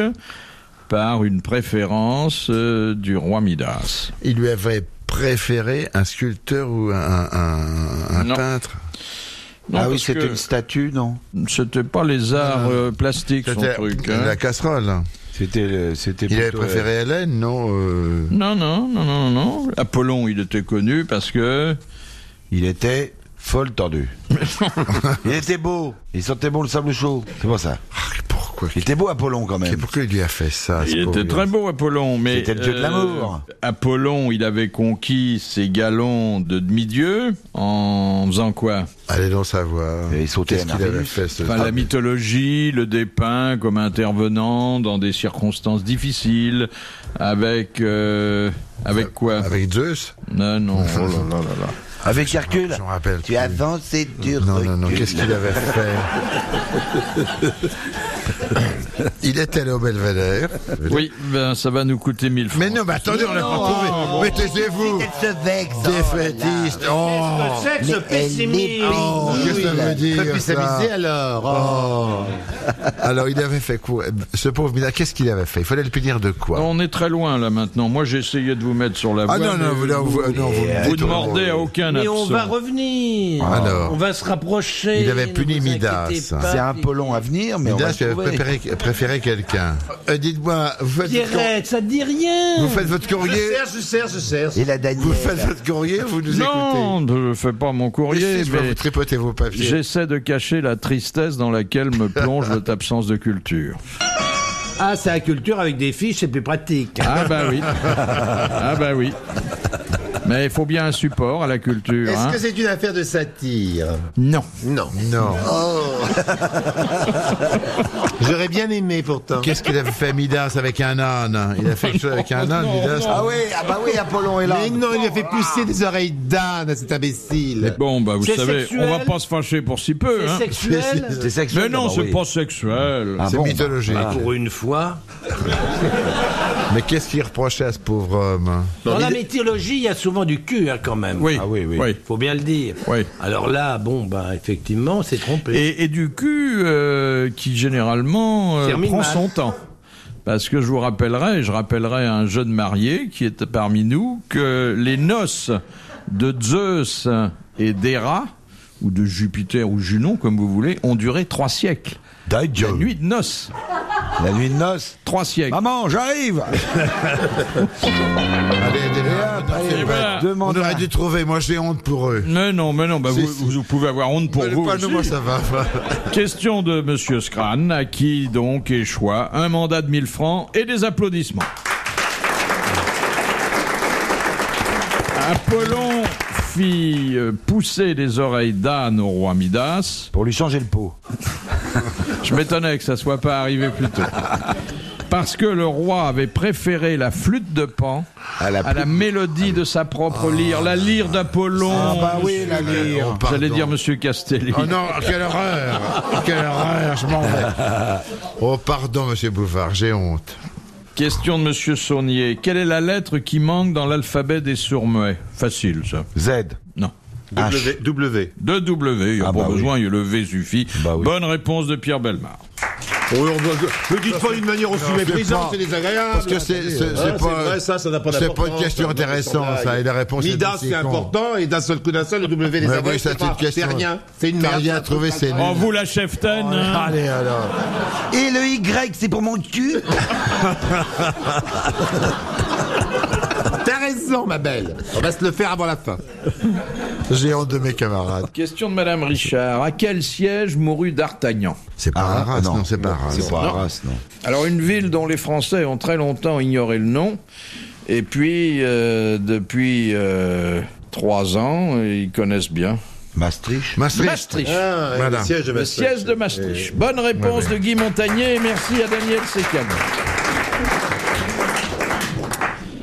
Speaker 3: par une préférence euh, du roi Midas.
Speaker 4: Il lui avait préféré un sculpteur ou un, un- un
Speaker 3: Non.
Speaker 4: peintre.
Speaker 3: Non,
Speaker 6: ah oui,
Speaker 3: parce
Speaker 6: c'est
Speaker 3: que
Speaker 6: une statue, non
Speaker 3: C'était pas les arts euh, plastiques, son
Speaker 4: C'était
Speaker 3: truc. hein.
Speaker 4: la casserole.
Speaker 6: C'était, le- c'était.
Speaker 4: Il avait
Speaker 6: plutôt, euh,
Speaker 4: préféré Hélène, non euh,
Speaker 3: Non, non, non, non, non. Apollon, il était connu parce que...
Speaker 6: Il était euh, folle tendu. il était beau. Il sentait bon le sable chaud. C'est pour ça.
Speaker 4: ah, Pourquoi
Speaker 6: Il était beau Apollon quand
Speaker 4: Et
Speaker 6: même.
Speaker 4: pourquoi il lui a fait ça ce
Speaker 3: Il
Speaker 4: pauvre
Speaker 3: était très
Speaker 4: gars
Speaker 3: beau, Apollon, mais... euh,
Speaker 6: C'était le dieu de l'amour.
Speaker 3: Apollon, il avait conquis ses galons de demi-dieu en faisant quoi
Speaker 4: Allez donc savoir.
Speaker 6: Et il sautait
Speaker 4: Qu'est-ce
Speaker 6: à
Speaker 4: qu'il avait
Speaker 6: Marius.
Speaker 4: fait ce
Speaker 3: Enfin, la mythologie le dépeint comme intervenant dans des circonstances difficiles, avec... euh, avec quoi
Speaker 4: Avec Zeus
Speaker 3: Non, non.
Speaker 6: Avec Hercule.
Speaker 4: Je me rappelle.
Speaker 9: Tu
Speaker 4: plus.
Speaker 9: avances et tu
Speaker 4: Non, non, non,
Speaker 9: recules.
Speaker 4: qu'est-ce qu'il avait fait Il est allé au Belvédère.
Speaker 3: Oui, ben, ça va nous coûter 1000 francs.
Speaker 4: Mais non, mais attendez, on l'a pas trouvé. mais taisez-vous.
Speaker 9: se vexe.
Speaker 4: Défaitiste. Oh.
Speaker 9: Mais elle est
Speaker 4: Oh, qu'est-ce que ça veut
Speaker 2: Pas
Speaker 4: dire
Speaker 2: plus
Speaker 4: ça
Speaker 2: s'amuser alors.
Speaker 4: Alors, il avait fait quoi Ce pauvre Mina, qu'est-ce qu'il avait fait Il fallait le punir de quoi
Speaker 3: On est très loin là maintenant. Moi j'ai essayé de vous mettre sur la voie.
Speaker 4: Ah non,
Speaker 3: mais
Speaker 4: non, vous, là, vous, ah, non, vous,
Speaker 3: vous ne mordez à aucun
Speaker 5: Mais on
Speaker 3: absent.
Speaker 5: va revenir.
Speaker 4: Alors.
Speaker 5: on va se rapprocher.
Speaker 4: Il avait
Speaker 5: ne
Speaker 4: puni
Speaker 5: vous
Speaker 4: Midas.
Speaker 5: inquiétez pas,
Speaker 6: C'est un
Speaker 5: les-
Speaker 6: peu long à venir, mais on va
Speaker 4: Midas,
Speaker 6: se
Speaker 4: tu avais
Speaker 6: trouver.
Speaker 4: préféré, préféré quelqu'un. Euh, Dites-moi, vous faites votre cour-
Speaker 5: Pierrette, ça te dit rien.
Speaker 4: vous faites votre
Speaker 2: Je
Speaker 4: courrier
Speaker 2: sers, je sers, je sers.
Speaker 9: Et la Danielle.
Speaker 4: Vous faites votre courrier, vous nous écoutez
Speaker 3: Non, ne fais pas mon courrier,
Speaker 4: Laissez, je vais
Speaker 3: mais
Speaker 4: vous tripoter vos papiers.
Speaker 3: j'essaie de cacher la tristesse dans laquelle me plonge votre absence de culture.
Speaker 5: Ah, c'est la culture avec des fiches, c'est plus pratique.
Speaker 3: Ah bah oui. Ah bah oui. Mais il faut bien un support à la culture.
Speaker 2: Est-ce
Speaker 3: hein.
Speaker 2: que c'est une affaire de satire
Speaker 3: Non.
Speaker 2: Non.
Speaker 4: Non.
Speaker 2: J'aurais bien aimé pourtant.
Speaker 4: Qu'est-ce qu'il avait fait Midas avec un âne Il a fait quelque chose avec un âne, Midas
Speaker 6: Ah oui, ah bah oui, Apollon est là.
Speaker 2: Mais non, il lui a fait pousser des oreilles d'âne à cet imbécile.
Speaker 3: Bon bah vous
Speaker 5: C'est
Speaker 3: savez, on va
Speaker 5: sexuel.
Speaker 3: pas se fâcher pour si peu.
Speaker 5: C'est
Speaker 3: hein.
Speaker 5: sexuel. Ah, bah
Speaker 6: C'est sexuel.
Speaker 3: Mais non,
Speaker 6: d'abord,
Speaker 3: c'est
Speaker 6: oui.
Speaker 3: pas sexuel.
Speaker 6: Ah
Speaker 4: C'est
Speaker 6: bon,
Speaker 4: mythologique.
Speaker 5: Pour une fois.
Speaker 4: Mais qu'est-ce qu'il reprochait à ce pauvre homme
Speaker 5: Dans la mythologie, il y a souvent du cul, hein, quand même.
Speaker 3: Oui.
Speaker 6: Ah oui, oui.
Speaker 3: oui.
Speaker 5: Faut bien le dire.
Speaker 3: Oui.
Speaker 5: Alors là, bon, bah, effectivement, c'est trompé.
Speaker 3: Et, et du cul euh, qui généralement euh,
Speaker 5: Termine
Speaker 3: prend
Speaker 5: mal.
Speaker 3: son temps. Parce que je vous rappellerai, et je rappellerai à un jeune marié qui est parmi nous, que les noces de Zeus et d'Héra, ou de Jupiter ou Junon, comme vous voulez, ont duré trois siècles. La
Speaker 6: D'ailleurs.
Speaker 3: nuit de noces,
Speaker 6: La nuit de noces.
Speaker 3: trois
Speaker 4: Ah,
Speaker 3: siècles.
Speaker 6: Maman, j'arrive
Speaker 4: Allez, allez, allez,
Speaker 3: Et
Speaker 4: allez,
Speaker 3: voilà.
Speaker 4: Ah, bah, On
Speaker 6: Demande
Speaker 4: aurait
Speaker 6: à-
Speaker 4: dû trouver, moi j'ai honte pour eux.
Speaker 3: Mais non, mais non, bah
Speaker 4: Si,
Speaker 3: vous,
Speaker 4: si.
Speaker 3: vous pouvez avoir honte pour
Speaker 4: Mais
Speaker 3: vous.
Speaker 4: pas nous,
Speaker 3: aussi.
Speaker 4: moi ça va.
Speaker 3: Question de Monsieur Scran, à qui donc échoua un mandat de 1000 francs et des applaudissements. Apollon fit euh, pousser des oreilles d'âne au roi Midas.
Speaker 6: Pour lui changer le pot.
Speaker 3: Je m'étonnais que ça soit pas arrivé plus tôt. Parce que le roi avait préféré la flûte de Pan à la, mélodie de sa propre lyre, la lyre d'Apollon.
Speaker 4: oui, la lyre.
Speaker 3: J'allais dire Monsieur Castelli.
Speaker 4: Oh non, quelle horreur Quelle horreur, je m'en vais. Oh pardon, monsieur Bouvard, j'ai honte.
Speaker 3: Question de Monsieur Saunier. Quelle est la lettre qui manque dans l'alphabet des sourds-muets Facile, ça.
Speaker 6: Z.
Speaker 3: Non.
Speaker 11: W. W.
Speaker 3: Deux W, il n'y a
Speaker 6: Ah
Speaker 3: pas
Speaker 6: bah oui.
Speaker 3: besoin, il y a le V suffit.
Speaker 6: Bah oui.
Speaker 3: Bonne réponse de Pierre Belmar.
Speaker 2: Ne dites pas d'une manière aussi
Speaker 4: Non, c'est
Speaker 2: méprisante,
Speaker 4: pas-
Speaker 2: c'est désagréable.
Speaker 4: Parce que c'est-
Speaker 2: Attendez,
Speaker 4: c'est-
Speaker 2: hein,
Speaker 4: c'est pas-
Speaker 2: vrai, ça, ça n'a pas
Speaker 4: c'est pas une
Speaker 2: d'importance,
Speaker 4: question
Speaker 2: ça,
Speaker 4: intéressante,
Speaker 2: n'importe
Speaker 4: ça, et la
Speaker 2: quoi.
Speaker 4: réponse est
Speaker 2: Midas,
Speaker 4: aussi
Speaker 2: c'est
Speaker 4: con.
Speaker 2: important, et d'un seul coup d'un seul, le W des
Speaker 4: Ouais,
Speaker 2: avoirs,
Speaker 4: oui, ça,
Speaker 2: c'est
Speaker 4: c'est une
Speaker 2: pas-
Speaker 4: question.
Speaker 2: C'est rien, c'est une
Speaker 4: T'as
Speaker 2: merde.
Speaker 4: rien trouvé, c'est nul.
Speaker 3: En vous, la
Speaker 6: Oh,
Speaker 3: cheftaine. hein.
Speaker 4: Allez alors.
Speaker 9: Et le Y, c'est pour mon cul
Speaker 2: T'as raison, ma belle. On va se le faire avant la fin.
Speaker 4: J'ai honte de mes camarades.
Speaker 3: Question de Madame Richard. À quel siège mourut d'Artagnan
Speaker 4: C'est pas
Speaker 6: Arras,
Speaker 4: Arras,
Speaker 6: Ah, non.
Speaker 4: non, c'est pas Arras.
Speaker 6: C'est pas Arras, non.
Speaker 3: Alors, une ville dont les Français ont très longtemps ignoré le nom. Et puis, euh, depuis euh, trois ans, ils connaissent bien.
Speaker 6: Maastricht.
Speaker 4: Maastricht.
Speaker 3: Maastricht.
Speaker 2: Ah, et
Speaker 4: Voilà.
Speaker 2: le siège de
Speaker 3: Le
Speaker 2: Maastricht.
Speaker 3: siège de Maastricht. Bonne réponse de Guy Montagnier et merci à Daniel Secam.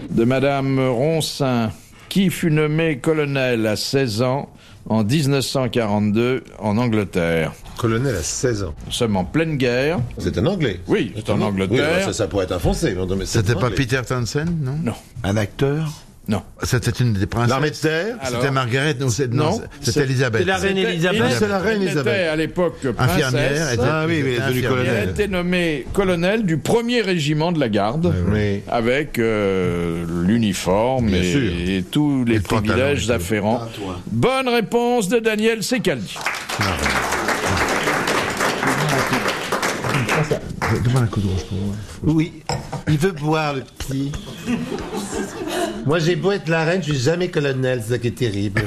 Speaker 3: De Madame Roncin, qui fut nommée colonel à 16 ans en 1942 en Angleterre.
Speaker 2: Colonel à 16 ans.
Speaker 3: Nous sommes en pleine guerre.
Speaker 2: C'est un Anglais.
Speaker 3: Oui, c'est en
Speaker 2: Oui, alors
Speaker 3: Angleterre.
Speaker 2: ça, ça pourrait être un Français. mais on- mais c'est
Speaker 4: C'était
Speaker 2: un
Speaker 4: pas
Speaker 2: Anglais.
Speaker 4: Peter Townsend, non
Speaker 3: Non.
Speaker 6: Un acteur
Speaker 3: Non.
Speaker 4: C'était une des princesses.
Speaker 2: L'armée de terre
Speaker 4: C'était Margaret, non, c'est- non,
Speaker 3: Non,
Speaker 4: c'était Elisabeth.
Speaker 5: C'est la reine
Speaker 3: Elle-
Speaker 5: Elisabeth.
Speaker 2: c'est la reine
Speaker 3: elle
Speaker 2: Elisabeth.
Speaker 3: était à l'époque
Speaker 4: Infirmière.
Speaker 3: princesse.
Speaker 4: était-
Speaker 2: Ah oui, mais
Speaker 4: était
Speaker 2: elle est devenue
Speaker 3: Et
Speaker 4: infirmière.
Speaker 3: elle a été nommée colonel du premier régiment de la garde.
Speaker 2: Mais
Speaker 3: avec euh, l'uniforme
Speaker 4: Bien sûr.
Speaker 3: et, et tous les,
Speaker 4: Les pantalons et
Speaker 3: privilèges
Speaker 4: tout.
Speaker 3: afférents. Bonne réponse de Daniel Secaldi.
Speaker 2: oui, il veut boire le petit. Moi, j'ai beau être la reine, je suis jamais colonel, c'est ça qui est terrible.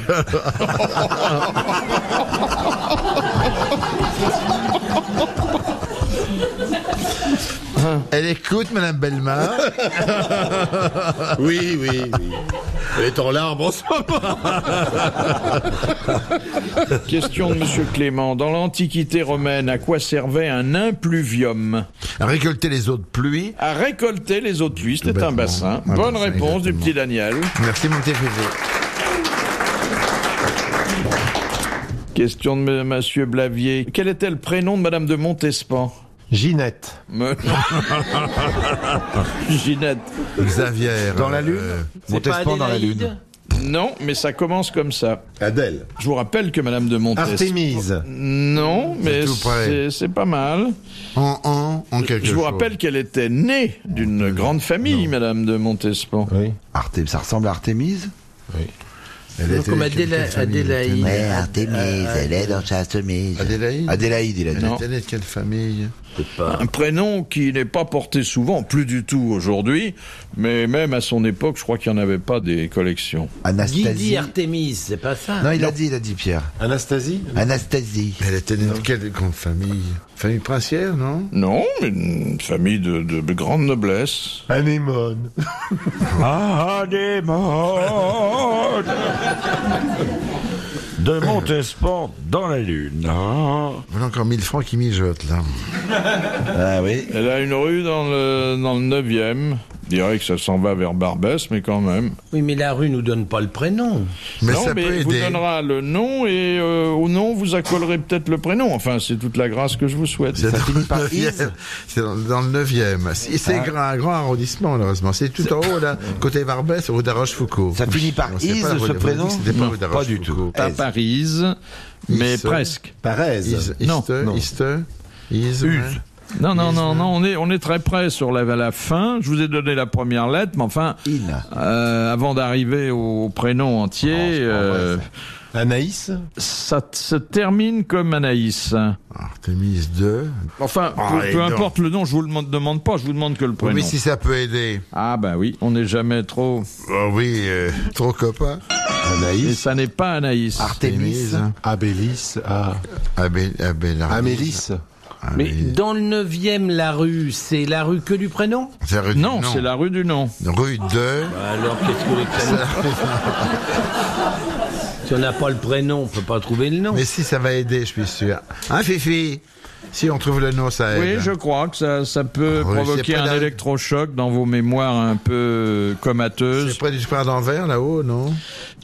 Speaker 4: Elle écoute, Madame Bellemare.
Speaker 2: Oui, oui, oui. Elle est en larmes en ce moment.
Speaker 3: Question de Monsieur Clément. Dans l'Antiquité romaine, à quoi servait un impluvium
Speaker 4: Récolter les eaux de pluie.
Speaker 3: À récolter les eaux de pluie, c'était
Speaker 4: bêtement.
Speaker 3: un bassin.
Speaker 4: Un
Speaker 3: Bonne
Speaker 4: bassin,
Speaker 3: réponse du
Speaker 4: exactement.
Speaker 3: petit Daniel.
Speaker 4: Merci, mon petit Féfé.
Speaker 3: Question de M- Monsieur Blavier. Quel était le prénom de Madame de Montespan
Speaker 2: Ginette.
Speaker 3: Ginette.
Speaker 4: Xavier.
Speaker 3: Dans
Speaker 2: euh,
Speaker 3: la Lune
Speaker 4: euh, Montespan dans la Lune.
Speaker 3: Non, mais ça commence comme ça.
Speaker 11: Adèle.
Speaker 3: Je vous rappelle que Madame de Montespan.
Speaker 2: Artémise.
Speaker 3: Non, mais
Speaker 4: tout près.
Speaker 3: c'est- c'est pas mal.
Speaker 4: En, en, en quelque
Speaker 3: Je vous
Speaker 4: chose.
Speaker 3: rappelle qu'elle était née d'une grande famille, Madame de Montespan.
Speaker 2: Oui.
Speaker 7: Arté- ça ressemble à Artémise
Speaker 4: Elle était
Speaker 5: Comme
Speaker 4: avec une
Speaker 5: Adéla-
Speaker 4: quelle famille,
Speaker 5: Adélaïde.
Speaker 4: était-elle
Speaker 9: Ouais,
Speaker 6: euh,
Speaker 9: Artemis, elle est dans sa chemise.
Speaker 4: Adélaïde
Speaker 7: Adélaïde, il a dit.
Speaker 3: Non.
Speaker 4: Elle est de quelle famille
Speaker 3: Un prénom qui n'est pas porté souvent, plus du tout aujourd'hui, mais même à son époque, je crois qu'il n'y en avait pas des collections.
Speaker 5: Guidi
Speaker 6: Anastasie.
Speaker 5: Artémise, c'est pas ça.
Speaker 6: Non, il a dit, il a dit Pierre.
Speaker 11: Anastasie
Speaker 6: Anastasie.
Speaker 4: Elle était née dans quelle grande famille Famille princière, non
Speaker 3: Non, mais une famille de, de grande noblesse.
Speaker 2: Anémone.
Speaker 5: Ah, des modes De Montespan dans la lune.
Speaker 4: Voilà encore 1000 francs qui mijotent, là.
Speaker 6: Ah oui.
Speaker 3: Elle a une rue dans le, dans le 9e. Je dirais que ça s'en va vers Barbès, mais quand même.
Speaker 5: Oui, mais la rue nous donne pas le prénom.
Speaker 4: Mais
Speaker 3: non,
Speaker 4: ça
Speaker 3: mais
Speaker 4: peut
Speaker 3: vous
Speaker 4: aider.
Speaker 3: donnera le nom et euh, au nom, vous accolerez peut-être le prénom. Enfin, c'est toute la grâce que je vous souhaite.
Speaker 4: C'est dans,
Speaker 6: finit par
Speaker 4: le
Speaker 6: Is Ah.
Speaker 4: 9e. C'est dans, dans le 9e. Si- C'est gra- un grand arrondissement, malheureusement. C'est tout en haut, là, côté Barbès, rue d'Arroche-Foucault.
Speaker 6: Ça finit par
Speaker 4: Non, c'est
Speaker 6: Is,
Speaker 4: pas la rue de-
Speaker 6: ce
Speaker 4: vous avez dit
Speaker 6: prénom
Speaker 4: que c'était pas,
Speaker 3: Non,
Speaker 4: rue
Speaker 6: pas
Speaker 4: d'Arroche-Foucault.
Speaker 6: du tout.
Speaker 3: Pas Paris, mais
Speaker 4: Isse.
Speaker 3: presque.
Speaker 11: Parèse.
Speaker 4: Is,
Speaker 3: Non,
Speaker 4: Iste,
Speaker 11: non.
Speaker 4: Iste, Is, ouais.
Speaker 3: Non, non, non, non, on est, on est très près sur la, la fin. Je vous ai donné la première lettre, mais enfin,
Speaker 6: In.
Speaker 3: euh, avant d'arriver au prénom entier,
Speaker 4: Oh,
Speaker 3: euh,
Speaker 2: Anaïs.
Speaker 3: ça t- se termine comme Anaïs.
Speaker 4: Ah, Artemis 2.
Speaker 3: Enfin,
Speaker 4: Ah,
Speaker 3: peu,
Speaker 4: et
Speaker 3: peu
Speaker 4: non.
Speaker 3: importe le nom, je vous le demande- demande pas, je vous demande que le
Speaker 4: Oui,
Speaker 3: prénom.
Speaker 4: mais si ça peut aider.
Speaker 3: Ah bah oui, on n'est jamais trop.
Speaker 4: Oh oui, euh, trop copain.
Speaker 3: Et
Speaker 11: Anaïs.
Speaker 3: ça n'est pas Anaïs.
Speaker 4: Ah,
Speaker 6: Artémis.
Speaker 11: Abélis. ah,
Speaker 4: Abé, Abé-
Speaker 6: Ah,
Speaker 11: Amélis.
Speaker 5: Mais
Speaker 4: Amélis.
Speaker 5: dans le 9e, la rue, c'est la rue que du prénom
Speaker 4: C'est la rue du
Speaker 3: Non,
Speaker 4: nom.
Speaker 3: c'est la rue du nom.
Speaker 4: Rue 2.
Speaker 5: Alors, qu'est-ce que les prénoms Si on n'a pas le prénom, on peut pas trouver le nom.
Speaker 4: Mais si ça va aider, je suis sûr. Hein, Fifi Si on trouve le nom, ça
Speaker 3: Oui,
Speaker 4: aide.
Speaker 3: je crois que ça, ça peut
Speaker 4: Ah oui, c'est
Speaker 3: provoquer
Speaker 4: pas
Speaker 3: un
Speaker 4: la-
Speaker 3: électrochoc dans vos mémoires un peu
Speaker 4: C'est
Speaker 3: comateuses.
Speaker 4: près du square d'Anvers, là-haut, non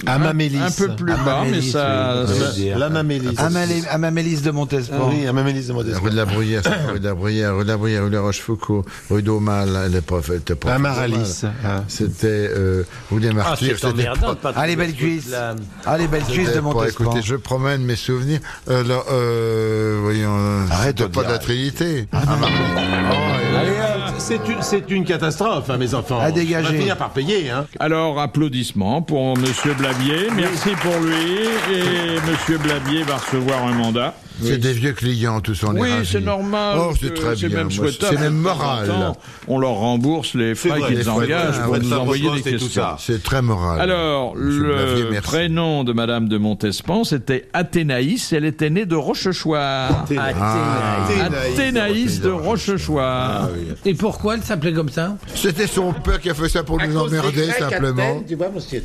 Speaker 2: Amamélis.
Speaker 3: Un peu plus bas, mais ça.
Speaker 6: oui.
Speaker 3: ça-
Speaker 6: dire.
Speaker 2: L'Amamélis.
Speaker 6: Amalé- Amamélise de
Speaker 11: Ah
Speaker 6: Montespan.
Speaker 11: oui, Amamélis de
Speaker 4: La
Speaker 11: Modeste.
Speaker 4: rue de la Bruyère, c'est pas rue de la Bruyère, rue de la Bruyère, rue de la Rochefoucauld, rue d'Aumale, les prophètes. les prophètes
Speaker 11: Amaralis.
Speaker 4: d'Aumale.
Speaker 11: Ah.
Speaker 4: C'était euh, rue des
Speaker 5: Ah,
Speaker 4: Martyrs.
Speaker 5: c'est
Speaker 4: c'était
Speaker 5: emmerdant de pas
Speaker 6: Ah, les
Speaker 5: trouver
Speaker 6: belles
Speaker 5: ce truc
Speaker 6: cuisses.
Speaker 5: là.
Speaker 6: Ah, les belles cuisses de
Speaker 4: Bon,
Speaker 6: Montespan.
Speaker 4: écoutez, je promène mes souvenirs. Euh, là, euh, voyons, euh,
Speaker 6: Arrête
Speaker 4: c'est
Speaker 6: de
Speaker 4: pas
Speaker 6: dire. Ah,
Speaker 4: de la Trinité.
Speaker 11: Ah.
Speaker 2: C'est une, c'est une catastrophe, hein, mes enfants.
Speaker 6: À dégager.
Speaker 2: On va finir par payer. Hein.
Speaker 3: Alors, applaudissements pour Monsieur Blabier. Merci pour lui. Et Monsieur Blabier va recevoir un mandat.
Speaker 4: C'est des vieux clients, tous on est
Speaker 3: Oui,
Speaker 4: ravis.
Speaker 3: c'est normal.
Speaker 4: Oh, c'est
Speaker 3: que
Speaker 4: très
Speaker 3: C'est
Speaker 4: bien.
Speaker 3: même
Speaker 4: Moi,
Speaker 3: souhaitable.
Speaker 4: C'est même
Speaker 3: De temps en
Speaker 4: moral.
Speaker 3: temps, On leur rembourse les frais
Speaker 11: vrai, les
Speaker 3: qu'ils
Speaker 4: frais de-
Speaker 3: engagent
Speaker 4: ah,
Speaker 3: pour
Speaker 4: ouais,
Speaker 3: nous
Speaker 4: ça,
Speaker 3: envoyer des
Speaker 11: poste et tout
Speaker 3: questions.
Speaker 11: ça.
Speaker 4: C'est très moral.
Speaker 3: Alors,
Speaker 4: Monsieur Blavier,
Speaker 3: le
Speaker 4: merci.
Speaker 3: prénom de Madame de Montespan, c'était Athénaïs. Elle était née de Rochechouart.
Speaker 4: Ah,
Speaker 3: Athénaïs de Rochechouart.
Speaker 5: Et pourquoi elle s'appelait comme ça
Speaker 4: C'était son peuple qui a fait ça pour nous emmerder, simplement.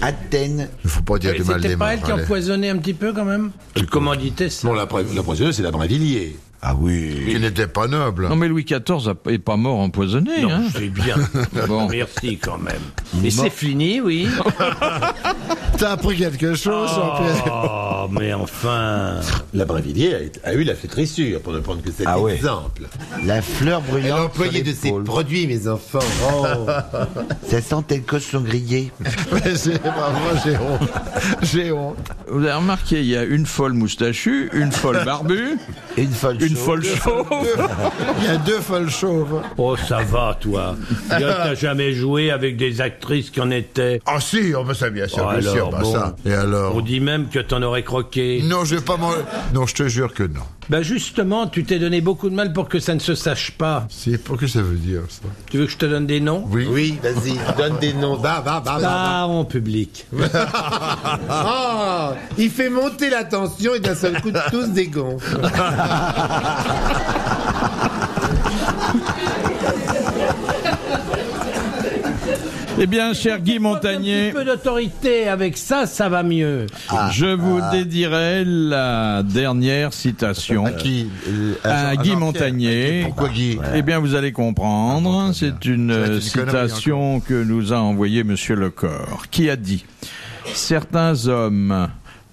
Speaker 6: Athènes.
Speaker 4: Il faut pas dire du mal des
Speaker 5: C'était pas elle
Speaker 4: morts,
Speaker 5: qui
Speaker 4: allez.
Speaker 5: empoisonnait un petit peu quand même Tu commanditais ça
Speaker 11: Non, la, pré- la poisonneuse, c'est la Brinvilliers.
Speaker 6: Ah oui.
Speaker 4: Qui n'était pas noble.
Speaker 3: Non mais Louis XIV a- est pas mort empoisonné. hein.
Speaker 5: C'est bien.
Speaker 3: Bon.
Speaker 5: Merci quand même. Mais c'est fini, oui.
Speaker 4: T'as appris quelque chose, Jean-Pierre
Speaker 5: Oh, mais enfin.
Speaker 11: La Brinvilliers a, a eu la flétrissure, pour ne prendre que cet
Speaker 6: Ah ouais.
Speaker 11: exemple.
Speaker 6: La fleur
Speaker 2: Elle a
Speaker 6: brûlante. sur
Speaker 2: employé de ses
Speaker 6: l'épaule.
Speaker 2: produits, mes enfants.
Speaker 6: Ça sentait le cochon grillé.
Speaker 4: J'ai- Bravo, j'ai honte. J'ai honte.
Speaker 3: Vous avez remarqué, il y a une folle moustachue, une folle barbue,
Speaker 6: Une folle
Speaker 3: une
Speaker 6: chaude.
Speaker 3: folle chauve.
Speaker 4: Il y a deux folles chauves.
Speaker 5: Oh, ça va, toi. Bien, T'as jamais joué avec des actrices qui en étaient.
Speaker 4: Ah si, on ça bien sûr,
Speaker 5: Oh,
Speaker 4: bien sûr,
Speaker 5: alors,
Speaker 4: bah,
Speaker 5: bon.
Speaker 4: ça. Et alors
Speaker 5: On dit même que t'en aurais croqué.
Speaker 4: Non, je vais pas manger. Non, je te jure que non.
Speaker 5: Bah justement, tu t'es donné beaucoup de mal pour que ça ne se sache pas.
Speaker 4: C'est pour que ça veut dire ça.
Speaker 5: Tu veux que je te donne des noms
Speaker 4: Oui.
Speaker 2: Oui, vas-y, donne des noms. Va,
Speaker 4: Bah,
Speaker 2: va, va, va, va.
Speaker 5: Pas en public.
Speaker 2: Ah, il fait monter la tension et d'un seul coup, tous dégonflent.
Speaker 3: eh bien, cher Guy
Speaker 5: Un petit
Speaker 3: Montagnier,
Speaker 5: peu d'autorité avec ça, ça va mieux.
Speaker 3: je vous dédierai la dernière citation.
Speaker 4: Qui euh,
Speaker 5: Ah,
Speaker 3: à
Speaker 4: Jean-
Speaker 3: Guy
Speaker 4: Jean-Pierre.
Speaker 3: Montagnier.
Speaker 4: Pourquoi Guy Ah,
Speaker 3: Eh bien, vous allez comprendre, c'est une
Speaker 4: Ça va être
Speaker 3: euh,
Speaker 4: une connerie hein,
Speaker 3: citation que nous a envoyée Monsieur Lecor, qui a dit Certains hommes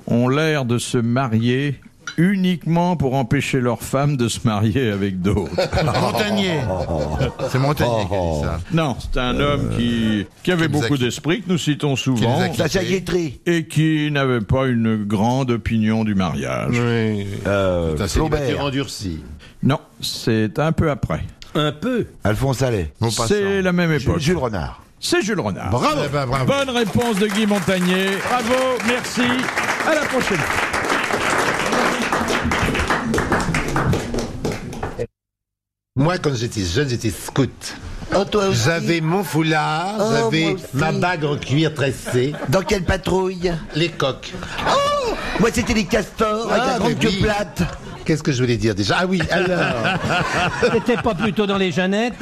Speaker 3: ont l'air de se marier uniquement pour empêcher leurs femmes de se marier avec d'autres.
Speaker 4: Montagnier. oh, C'est Montagnier qui a dit ça.
Speaker 3: Non, c'est un homme qui, qui avait
Speaker 4: Euh, qui nous a
Speaker 3: beaucoup
Speaker 4: quittés.
Speaker 3: d'esprit, que nous citons souvent,
Speaker 4: Qui nous a quittés. Sacha Guitry.
Speaker 3: et qui n'avait pas une grande opinion du mariage.
Speaker 2: Oui.
Speaker 6: Euh,
Speaker 2: C'est un célibataire
Speaker 6: Flaubert.
Speaker 2: endurci.
Speaker 3: Non, c'est un peu après.
Speaker 5: Un peu.
Speaker 6: Alphonse Allais.
Speaker 3: C'est la même
Speaker 6: Jules,
Speaker 3: époque.
Speaker 6: Jules Renard.
Speaker 3: C'est Jules Renard.
Speaker 4: Eh ben, bravo.
Speaker 3: Bonne réponse de Guy Montagnier. Bravo, merci. À la prochaine.
Speaker 2: Moi, quand j'étais jeune, j'étais scout. J'avais mon foulard,
Speaker 9: Oh, moi
Speaker 2: j'avais
Speaker 9: aussi.
Speaker 2: ma bague en cuir tressé,
Speaker 9: Dans quelle patrouille
Speaker 2: les coques.
Speaker 9: Moi, c'était les castors avec la
Speaker 2: Ah,
Speaker 9: grande
Speaker 2: mais
Speaker 9: queue
Speaker 2: oui.
Speaker 9: plate.
Speaker 2: Qu'est-ce que je voulais dire déjà Ah oui, alors.
Speaker 5: T'étais pas plutôt dans les Jeannettes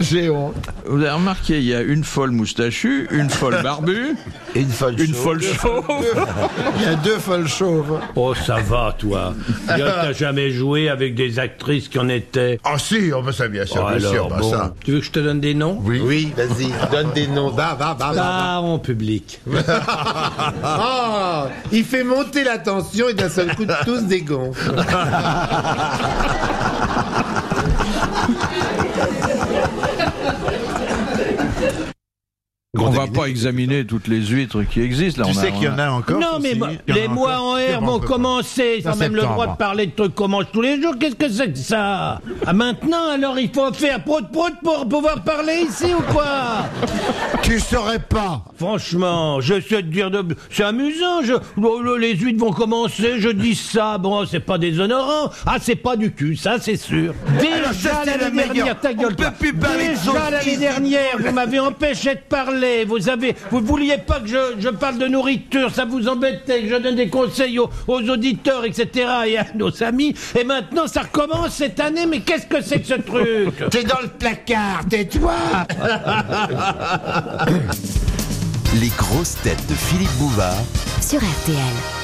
Speaker 4: J'ai honte.
Speaker 3: Vous avez remarqué, il y a une folle moustachue, une folle barbue,
Speaker 6: Et une folle
Speaker 3: une
Speaker 6: chauve.
Speaker 3: folle chauve.
Speaker 4: Il y a deux folles chauves.
Speaker 5: Oh, ça va, toi. Yann, T'as jamais joué avec des actrices qui en étaient.
Speaker 4: Ah si, on me sait bien sûr,
Speaker 5: Oh,
Speaker 4: bien
Speaker 5: alors,
Speaker 4: sûr, bah,
Speaker 5: bon.
Speaker 4: ça.
Speaker 5: Tu veux que je te donne des noms
Speaker 2: Oui, vas-y, donne des noms.
Speaker 4: Bah,
Speaker 2: Va, va, va, va.
Speaker 5: Pas en public.
Speaker 2: va. Oh, il fait monter la tension et d'un seul coup, tous dégonflent.
Speaker 3: On va pas examiner toutes les huîtres qui existent. Là,
Speaker 4: Tu
Speaker 3: on a-
Speaker 4: sais qu'il y en a encore
Speaker 5: non, mais
Speaker 4: ceci,
Speaker 5: moi-
Speaker 4: il y en a
Speaker 5: les mois
Speaker 4: encore.
Speaker 5: en R vont commencer. Ils
Speaker 4: En
Speaker 5: ont même le
Speaker 4: septembre.
Speaker 5: droit de parler de trucs qu'on mange tous les jours. Qu'est-ce que c'est que ça Ah, maintenant, alors, il faut faire prout-prout pour pouvoir parler ici ou quoi
Speaker 4: Tu saurais pas
Speaker 5: Franchement, je sais te dire de... C'est amusant, je... oh, là, les huîtres vont commencer, je dis ça, bon, c'est pas déshonorant. Ah, c'est pas du cul, ça, c'est sûr. Déjà
Speaker 6: Alors, ça, c'est
Speaker 5: l'année
Speaker 6: le meilleur.
Speaker 5: dernière, ta
Speaker 6: On
Speaker 5: gueule,
Speaker 6: peut
Speaker 5: toi.
Speaker 6: plus parler de
Speaker 5: Déjà l'année
Speaker 6: sottises.
Speaker 5: dernière, vous m'avez empêché de parler, vous avez... Vous vouliez pas que je, je parle de nourriture, ça vous embêtait, que je donne des conseils aux, aux auditeurs, etc., et à nos amis, et maintenant, ça recommence cette année, mais qu'est-ce que c'est que ce truc
Speaker 8: T'es dans le placard, tais-toi
Speaker 1: Les grosses têtes de Philippe Bouvard
Speaker 12: sur RTL.